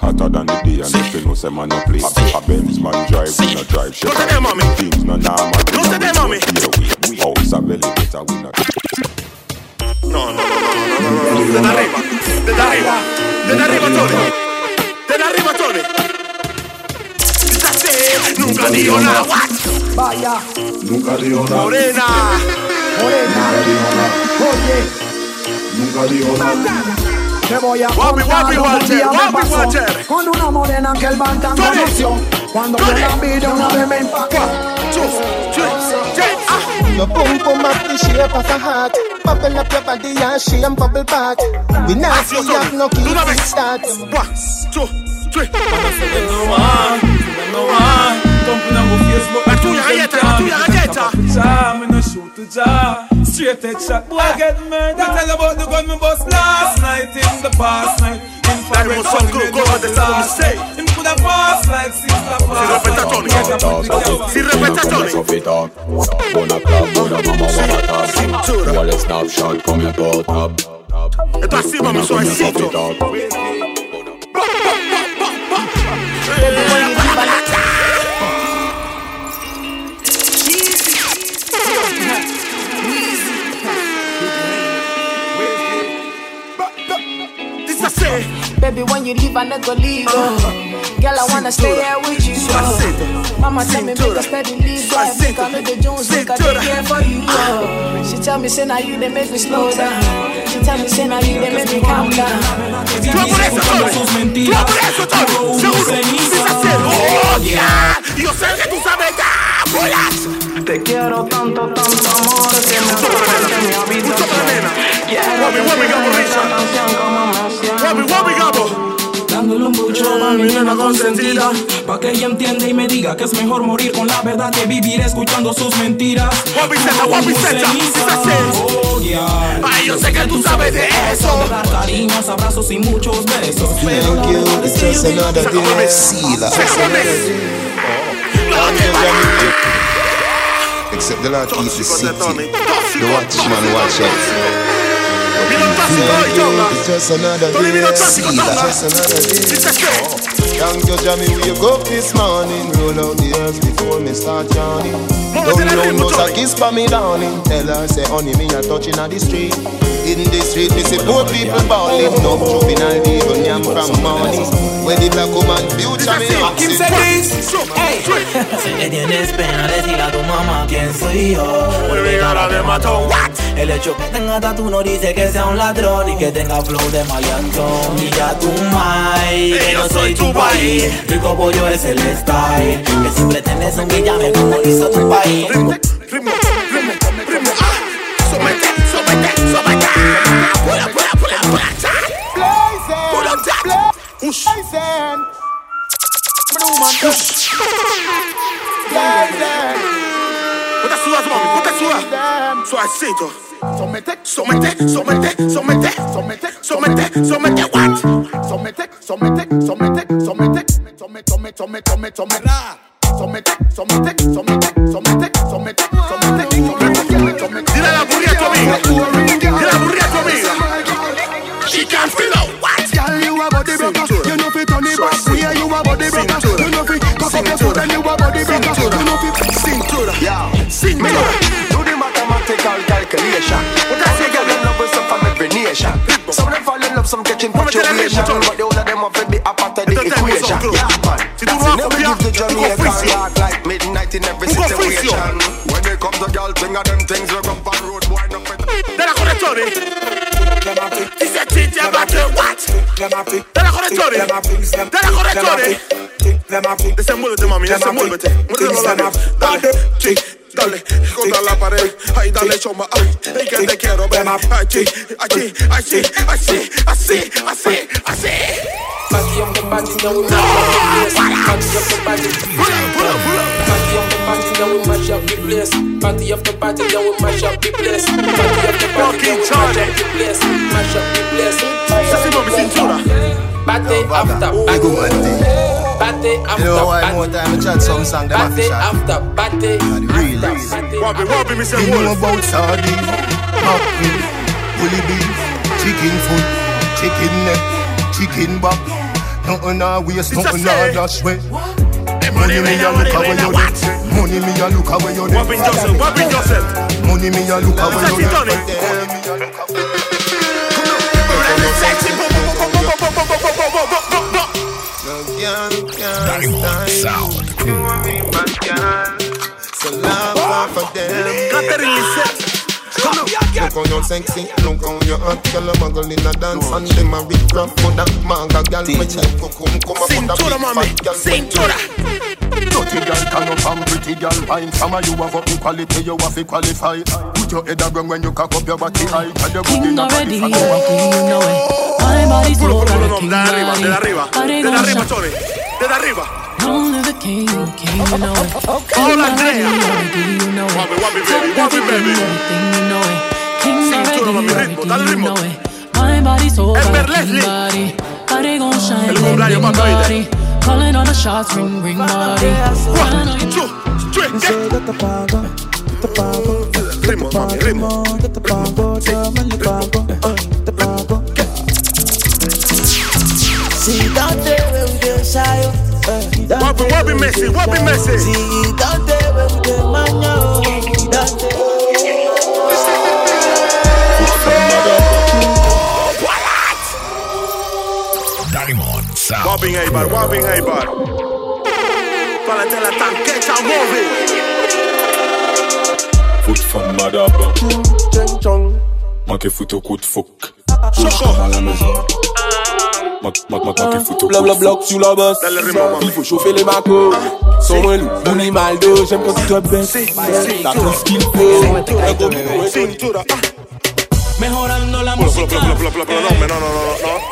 S9: Hotter than the day and if you know say man no play A Benz man drive, we no drive shit
S2: Don't tell them, mommy.
S9: Things no normal
S2: Don't tell them, mommy.
S9: Yeah, we, we house a belly better, we not
S2: No, no, no, no, no, no, no, no. Desde arriba, desde arriba, desde arriba, Tony. Desde arriba, Tony. Dice, Nunca digo nada, what?
S10: Vaya,
S8: Nunca dijo nada.
S2: Morena.
S8: Nunca dijo nada.
S10: oye,
S8: Nunca dijo nada.
S10: te voy a
S2: Guapi,
S10: contar
S2: guapi,
S10: lo que un
S2: Walter,
S10: día me
S2: guapi,
S10: pasó
S2: Walter.
S10: Con una morena que el Bantam conoció. Cuando yo la vi de una vez me impactó.
S2: Ah,
S8: Your boom boom up the shape of a heart. Bubble up your body and she and bubble back. We nasty have no kids in start.
S2: Two, three.
S6: La tuya galleta, la tuya galleta. Jam in a shoot to jam. Straight head shot, boy, I get murdered. Tell about the gun me bust last night in the past night. Infrared
S2: Diamond Sound
S6: gun me
S2: Crew, go
S6: do
S2: out the
S6: the
S2: sound
S6: last
S2: mistake.
S6: night. Him coulda pass like six a pass.
S2: Si respeta, Tony. Esto así, mami, suavecito.
S5: Baby, when you leave, I never leave. Uh, Girl, I wanna stay here with you. Uh, Mama tell me make a steady leave. Yeah, make I know the Jones, make I be here for you. Uh, she tell me say now you they make me slow down. She tell me say now you they make me calm down.
S2: Yo sé que tú sabes que volas.
S6: Te quiero tanto, tanto amor que me
S2: atrapa
S6: en mi habitación.
S2: Guapi, guapi, gabo, Richard. Guapi, guapi, gabo.
S6: Dándole un bucho a mi nena consentida Pa' que ella entienda y me diga que es mejor morir con la verdad que vivir escuchando sus mentiras
S2: Guapi, zeta, guapi, zeta,
S6: Oh, yeah.
S2: Ay, yo sé que tú sabes de eso
S6: Dar cariños, abrazos y muchos besos
S8: Thank you, it's just another day.
S2: Sácame,
S8: See that.
S2: sácame.
S10: can't give them Except the Lord keep the city. The watchman watch out. It's just another day. Just another day. Thank you, Jamie. We wake up this morning, roll out the earth before me start yawning. Don't know no a kiss for me, darling. Tell her, say, honey, me a touching on the street. In the street, me see poor people balling. No juvenile, even yam from morning. When the black woman future me,
S9: Kim
S10: oxygen.
S9: Celis, ey. Si le tienes pena, decir a tu mamá quién soy yo. El regalo me mató. El hecho que tenga tatu no dice que sea un ladrón y que tenga flow de maleantón. Mira tu mai, que no soy tu país. Rico pollo es el style. Que siempre tenés un guillame como lo hizo tu país.
S2: Ah, Ponte a sudar, mami, ponte a sudar. Suavecito. Somete, somete, somete, somete, somete, somete, somete, what? Somete, somete, somete, somete, somete, somete, somete, somete, somete. Somete, somete, somete, somete, somete, somete, somete, somete. Dile la burría a tu amiga. Dile la burría a tu amiga. She can feel out. What?
S4: Girl, you a body blocker. You know fit on the back. Yeah, you a body blocker. You know fit cock up your foot and you a body blocker. You know fit
S2: cintura.
S4: Yeah, cintura. Do the mathematical calculation. What I say, girl, them love with some from every nation. Some of them fall in love, some catching fluctuation. But the whole of them have to be a part of the equation. Yeah, man. That's it. Never give the Jamaican rock like midnight in every situation. When it comes to girl, thing of them things we come from road boy. No fit.
S2: Della correzione. Dice Cinti a battere, what? Della correzione. Della correzione. Desenvuélvete, mami, desenvuélvete. Muérdelo la nave. Dale, sí, dale. Contra la pared. Ahí, dale, choma. Ay, ay, que te quiero ver. Allí, allí, así, así, así, así, así.
S38: Party after party, yeah, we mash up the place. Party after party, yeah, we mash up the place. Mash up the place. Party after party. Party after
S10: Yo, one more
S38: party.
S10: time, we chat some song, them have to
S38: Party
S10: chat.
S38: after party.
S10: Relax.
S2: Wabi, wabi, me
S10: You know about sardine, hot beef, bully beef, chicken foot, chicken neck, chicken back. Nothing I waste,
S2: It's a
S10: nothing I
S2: say.
S10: dash away.
S2: money
S10: Money me
S2: winner,
S10: a
S2: money
S10: look away
S2: winner,
S10: you
S2: what?
S10: dey. Money me a look away you dey.
S2: Wabi Joseph, Wabi Joseph.
S10: Money me a look away you
S2: Sexy
S10: dey.
S2: Tony.
S1: Diamond Sound
S10: Catherine Look on your sexy, look on your hot girl, a muggle in a dance and them a rip rap for that manga girl. When you come, come up on that big fat girl. Cintura. Dirty girl, can up and pretty girl, wine. Some of you have up in quality, you have to qualify. Put your head around when you cock up your body high. Tell your body
S39: King
S10: not
S39: already,
S10: to
S39: you
S10: be fat.
S39: know it. My body's
S2: Pulo, pulo, pulo,
S39: over,
S2: no,
S39: King
S2: de arriba, de arriba,
S39: Body
S2: de
S39: gonna
S2: arriba,
S39: shine.
S2: Tony, de arriba.
S39: Long live the king, the king, you know it. King
S2: Hola,
S39: already,
S2: Andrea.
S39: already, you know it.
S2: Wabi, wabi,
S39: Top
S2: baby,
S39: everything,
S2: wabi, baby.
S39: everything, you know it. King
S2: Cintura,
S39: already,
S2: mami, ritmo, dale
S39: already, you
S2: ritmo.
S39: know it. My body's over,
S2: Ember
S39: King
S2: Leslie.
S39: body. Body gonna shine,
S2: El humo
S39: big,
S2: blanco,
S39: big
S2: más baile.
S39: body. Calling all the shots, ring, ring, body.
S2: One, two, three, get. Ritmo, mami, ritmo.
S40: See that day when we dey shy,
S2: What be, what be messy, what be messy?
S40: See that day when we dey manja, oh, that day.
S1: Diamond Sound
S2: Wabbing Eibar, Wabbing Eibar. Para de la tanqueta, móvil.
S41: Foot from Madaba. Make foot au coup de fouc. Choco. À la maison. Make- make- make- make foot au coup de
S40: Blabla bloc sur la bosse. Il faut chauffer les macos. Son moins loup, Bouli Maldo. J'aime quand tu te baisses. T'as tout ce qu'il faut. Un gros micro et ton
S2: Mejorando la música. No, no, no, no, no, no,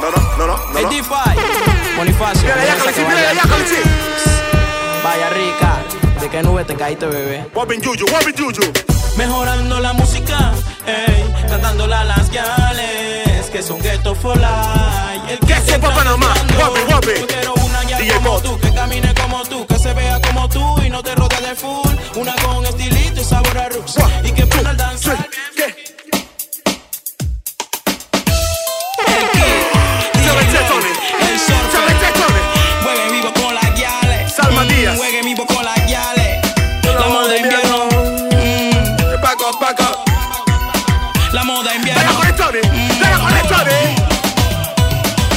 S2: no, no, no.
S6: Eh, Bonifacio.
S2: Mira, ya, Calici, mira, ya, Calici.
S6: Vaya rica, ¿de qué nube te caíste, bebé?
S2: Wabbing Juju, Wabbing Juju.
S6: Mejorando la música, ey, cantándola a las gales, que son ghetto for life. El que se
S2: pa' Panamá,
S6: guapi,
S2: guapi.
S6: Yo quiero una guía como tú, que camine como tú, que se vea como tú y no te rodee. full. Una con estilito y sabor a roots. Y que pone al danzar bien. El kit, dígame, el surfer. Juegue vivo con las guiales.
S2: Salma
S6: Mm,
S2: Díaz.
S6: Juegue vivo con las guiales. La moda invierno. Mm. La moda invierno.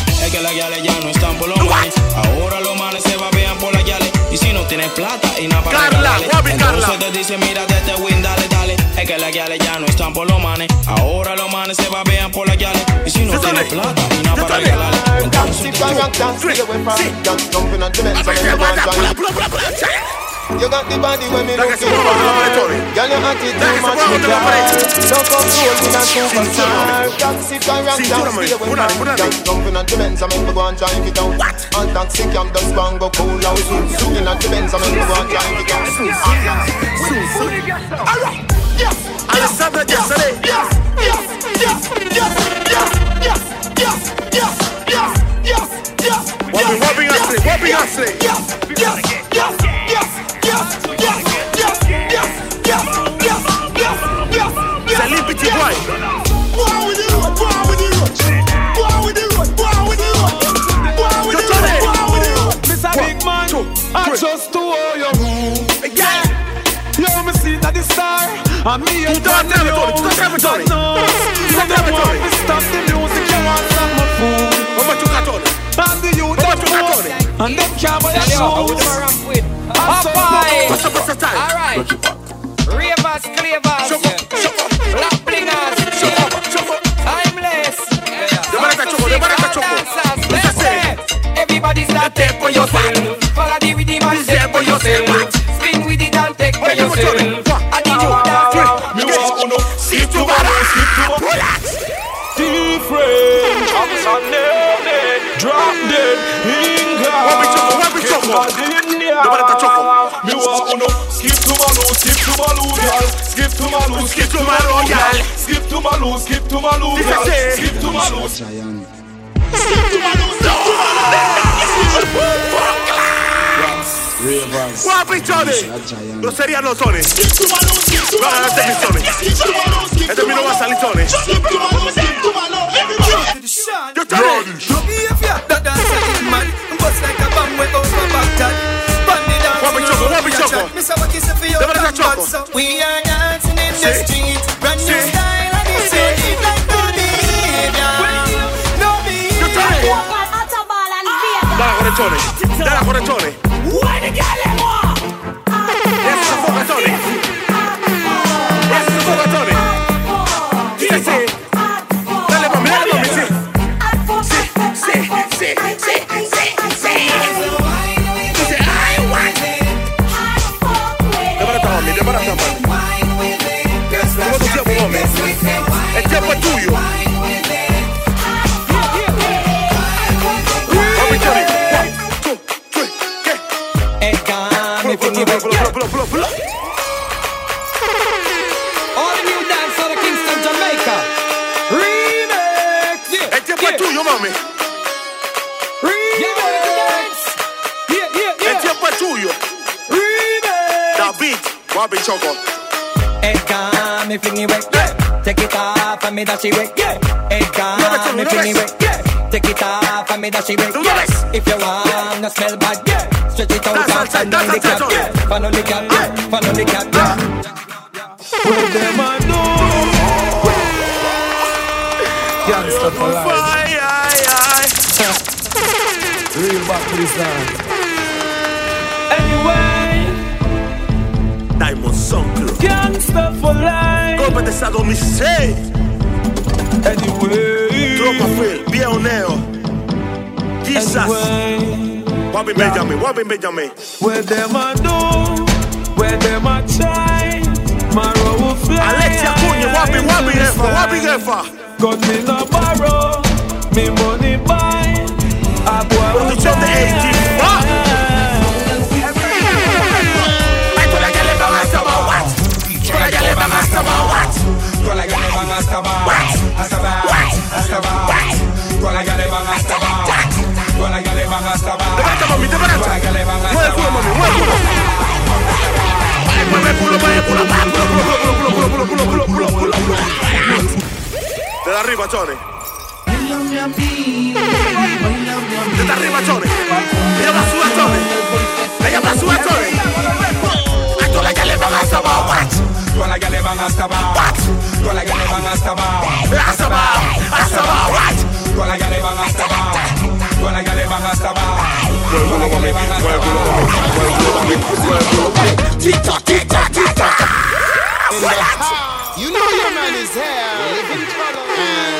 S6: Es que las guiales ya no están por los manes. Ahora los manes se babean por las guiales. Y si no tienes plata y nada para
S2: Carla,
S6: regalarle,
S2: guapi,
S6: entonces
S2: Carla.
S6: te dice, mira de este win, dale, dale. Es que las guiales ya no están por los manes. Ahora los manes se babean por las guiales. Y si no tienes plata y nada para regalarle, entonces te dice,
S10: You got the body when me looking
S2: por abajo de la pared,
S10: for.
S2: Tony.
S10: Girl, you hot it too
S2: por
S10: much.
S2: abajo de la pared.
S10: Don't control me, not superstar.
S2: mami.
S10: Taxi can rock
S2: Cintura,
S10: down,
S2: mami.
S10: stay away
S2: Una,
S10: from
S2: una.
S10: Gang jump in a the Benz, I make me go and drive it down. And taxi cam just bang go cool out. Zoom, zoom in a the Benz, I make me go and drive it down.
S2: Alessandra Yesterday. Wapping, wapping, Ashley, wapping, Ashley. Celebrity boy.
S4: Mr. Big Man, I just to owe you Yeah, you
S2: é
S4: me see that the star And me and Don the old Don knows So they want me stop the
S2: um
S4: music, you want some more food And the youth are forced And them can't buy the shoes
S8: Popeye.
S4: All right
S8: Ravers, clavers, black blingers, timeless. Dancers, let's go. Everybody's not take for yourself. Follow the rhythm and take for yourself. Spin with it and take for yourself. I did you that.
S4: Me want uno See to balance See to balance Different Ups and down Drop dead Inga Me want uno Skip to Malou Skip to Malou girl Skip to Malou Skip to Malou girl Skip to Malou Skip to Malou girl Skip to Malou Skip to Malou Skip to
S2: Guapi Tony. Grosería no Tony. No, no, este es mi Tony. Este mío no va a salir Tony.
S4: Yo también. No behavior, that dance a hit man. Bust like a bomb way over Baghdad. Bandit dance.
S2: Wabi
S4: no
S2: Choco,
S4: road
S2: Wabi
S4: ya
S2: Choco.
S4: chat. Me say what you say for your
S2: Dame la
S4: damn
S2: Choco.
S4: bad, so We are dancing in the
S2: Sí.
S4: street. Brand new
S2: Sí.
S4: style and it's unique like no behavior. No behavior.
S2: Dale con el Tony. Dale con el Tony. Yes, the fuck, Tony. Yes, the fuck, Tony. Sí, sí. Dale, mami, dale, mami, sí. Sí, sí, sí, sí, sí, sí. Dice, I want it. Dame la taja, mami, dame la taja, mami. Toma tu tiempo, mami. El tiempo es tuyo. Mami, Tony. One, two, three, ¿qué? Pulo, pulo, pulo, pulo, pulo, pulo, pulo.
S4: All the new dance out of Kingston, Jamaica. Remix. Yeah.
S2: El tiempo es tuyo, mami. El tiempo es tuyo. David, Wabi Choco.
S4: Hey, come, me fling it back, yeah. Take it off and me dash it back, yeah. Hey, come, me fling it back, yeah. Take it off and me dash it back, yeah. If you want, no smell bad, yeah. Stretch it out and stand down the cap, yeah. Follow the cap, yeah. Follow the cap, yeah. What them a do? Gangsta for life. Real back to this land.
S2: Diamond Song Club.
S4: Gangsta for life.
S2: Golpe de Estado, mi seis. Anyway. Tropa Phil, Bioneo. Jesus.
S6: uh,
S2: Wabi Benjamin, Wabi Benjamin.
S4: Where them a do, where them a try, Maro will fly.
S2: Alexia Cunha, Wabi, Wabi Gefa, Wabi
S4: Gefa. Got me no borrow, me money buy. A boy will
S2: Producción de
S4: Levanta, mami, levanta. Mueve el culo, mami, mueve el culo.
S2: arriba, Tony.
S10: Desde
S2: arriba, Tony. Ella va a sudar, Tony. Ella va a sudar, Tony. A todas las que le van a sobar, what?
S10: Todas las gales van hasta abajo. Todas las gales van hasta abajo.
S2: Hasta abajo, hasta abajo, what?
S10: Todas las gales van hasta abajo. Todas las gales van hasta abajo. Todas las gales van hasta abajo.
S2: Tic-tac, tic-tac, tic-tac.
S4: You know your man is here. Living color. And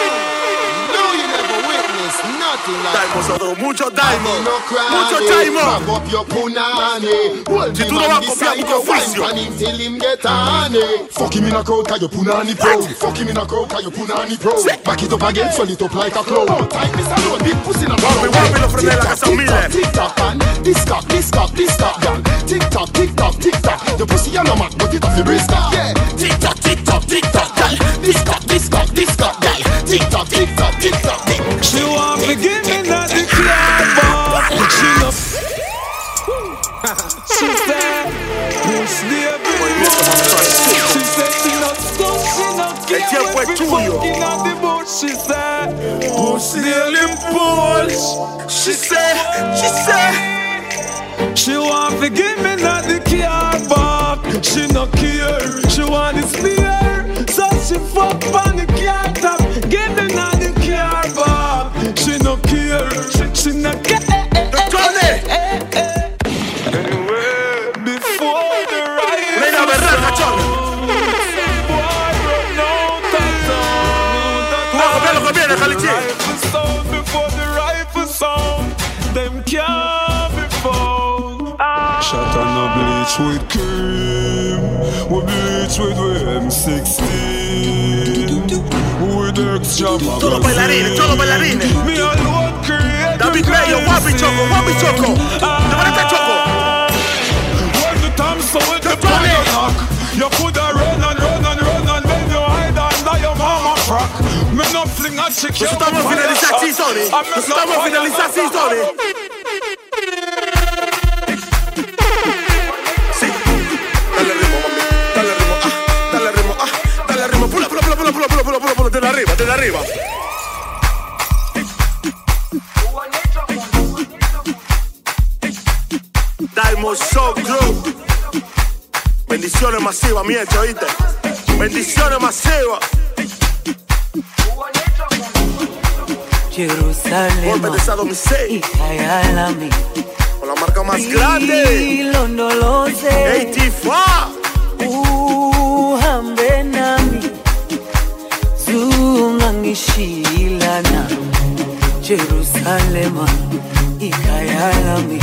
S4: you know you never witnessed nothing like
S2: Diamonds,
S4: that.
S2: Otto, mucho
S4: Money
S2: diamond.
S4: no cry,
S2: Mucho
S4: eh.
S2: diamond.
S4: Grab up your punani. Hold
S2: Si
S4: the
S2: tú no
S4: man
S2: vas a copiar,
S4: beside
S2: tú
S4: your
S2: copias.
S4: wine pan him till him get honey. Fuck him in a crowd, cause your punani pro.
S2: Eh.
S4: Fuck him in a crowd, cause your punani pro. Back it up again, swell it up like a clown. Tight Mr. Lone, big pussy in a crowd.
S2: Wapi, wapi, lo frené la casa Miller.
S4: Tick tock, man. This cock, this cock, this cock, girl. Tick tock, tick tock, tick tock. Your pussy yellow, man, but it off the brisk. Yeah. Tick tock, tick tock, tick tock, girl. This cock, this cock, this cock, girl. Tick tock, tick tock, tick tock.
S10: She want
S4: to give me
S10: that
S4: the
S10: club,
S4: but
S10: she
S4: no.
S10: She said, push the everyone. She said, she not stop, she not care what we fucking on the boat. She said, push the impulse. She said, she said. She want to give me not the care back. She not care. She want the spear. So she fuck on the car top. Give me not the care back. She not care. She, she not care. Before the riot.
S2: Venga, berraca, Tony. Vamos, ve lo que viene, Jalichi.
S10: sound before the rifle sound. Them can't be found. Shot and a bleach with cream. We bleach with M16. With extra
S2: Todos bailarines, todos bailarines. David Bello, Wapi Choco, Wapi Choco. ¿Te parece Choco?
S10: When the time so with the fire knock You coulda run and run and run and then you hide under your mama frock Me no fling a chick you
S2: Estamos
S10: fire
S2: finalizar
S10: up.
S2: season, eh.
S10: I make
S2: Estamos
S10: no fire
S2: finalizar
S10: up.
S2: season, eh. Dale ritmo, ah, dale ritmo. Pula, pula, pula, pula, pula, pula, pula, pula, pula. Desde arriba, desde arriba. Diamond Soul Crew. Bendiciones masivas, mi gente, ¿oíste? Bendiciones masivas.
S8: Jerusalén
S2: Golpe de Sado Misei.
S8: Ayalami
S2: Con la marca más grande.
S8: Hilo no lo sé
S2: Eitifa.
S8: Uhambe nami Zungangishilana Jerusalema Ikayalami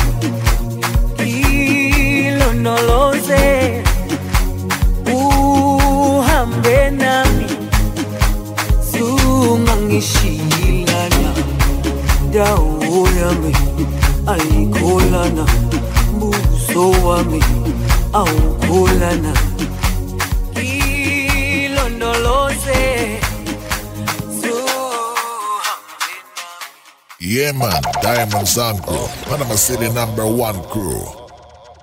S8: Hilo no lo sé Uhambe nami Zungangishilana Dawo yami ayikholana buso wami awukholana ilondoloze
S1: Yeah, man. Diamond Sound Crew. Panama City number one crew.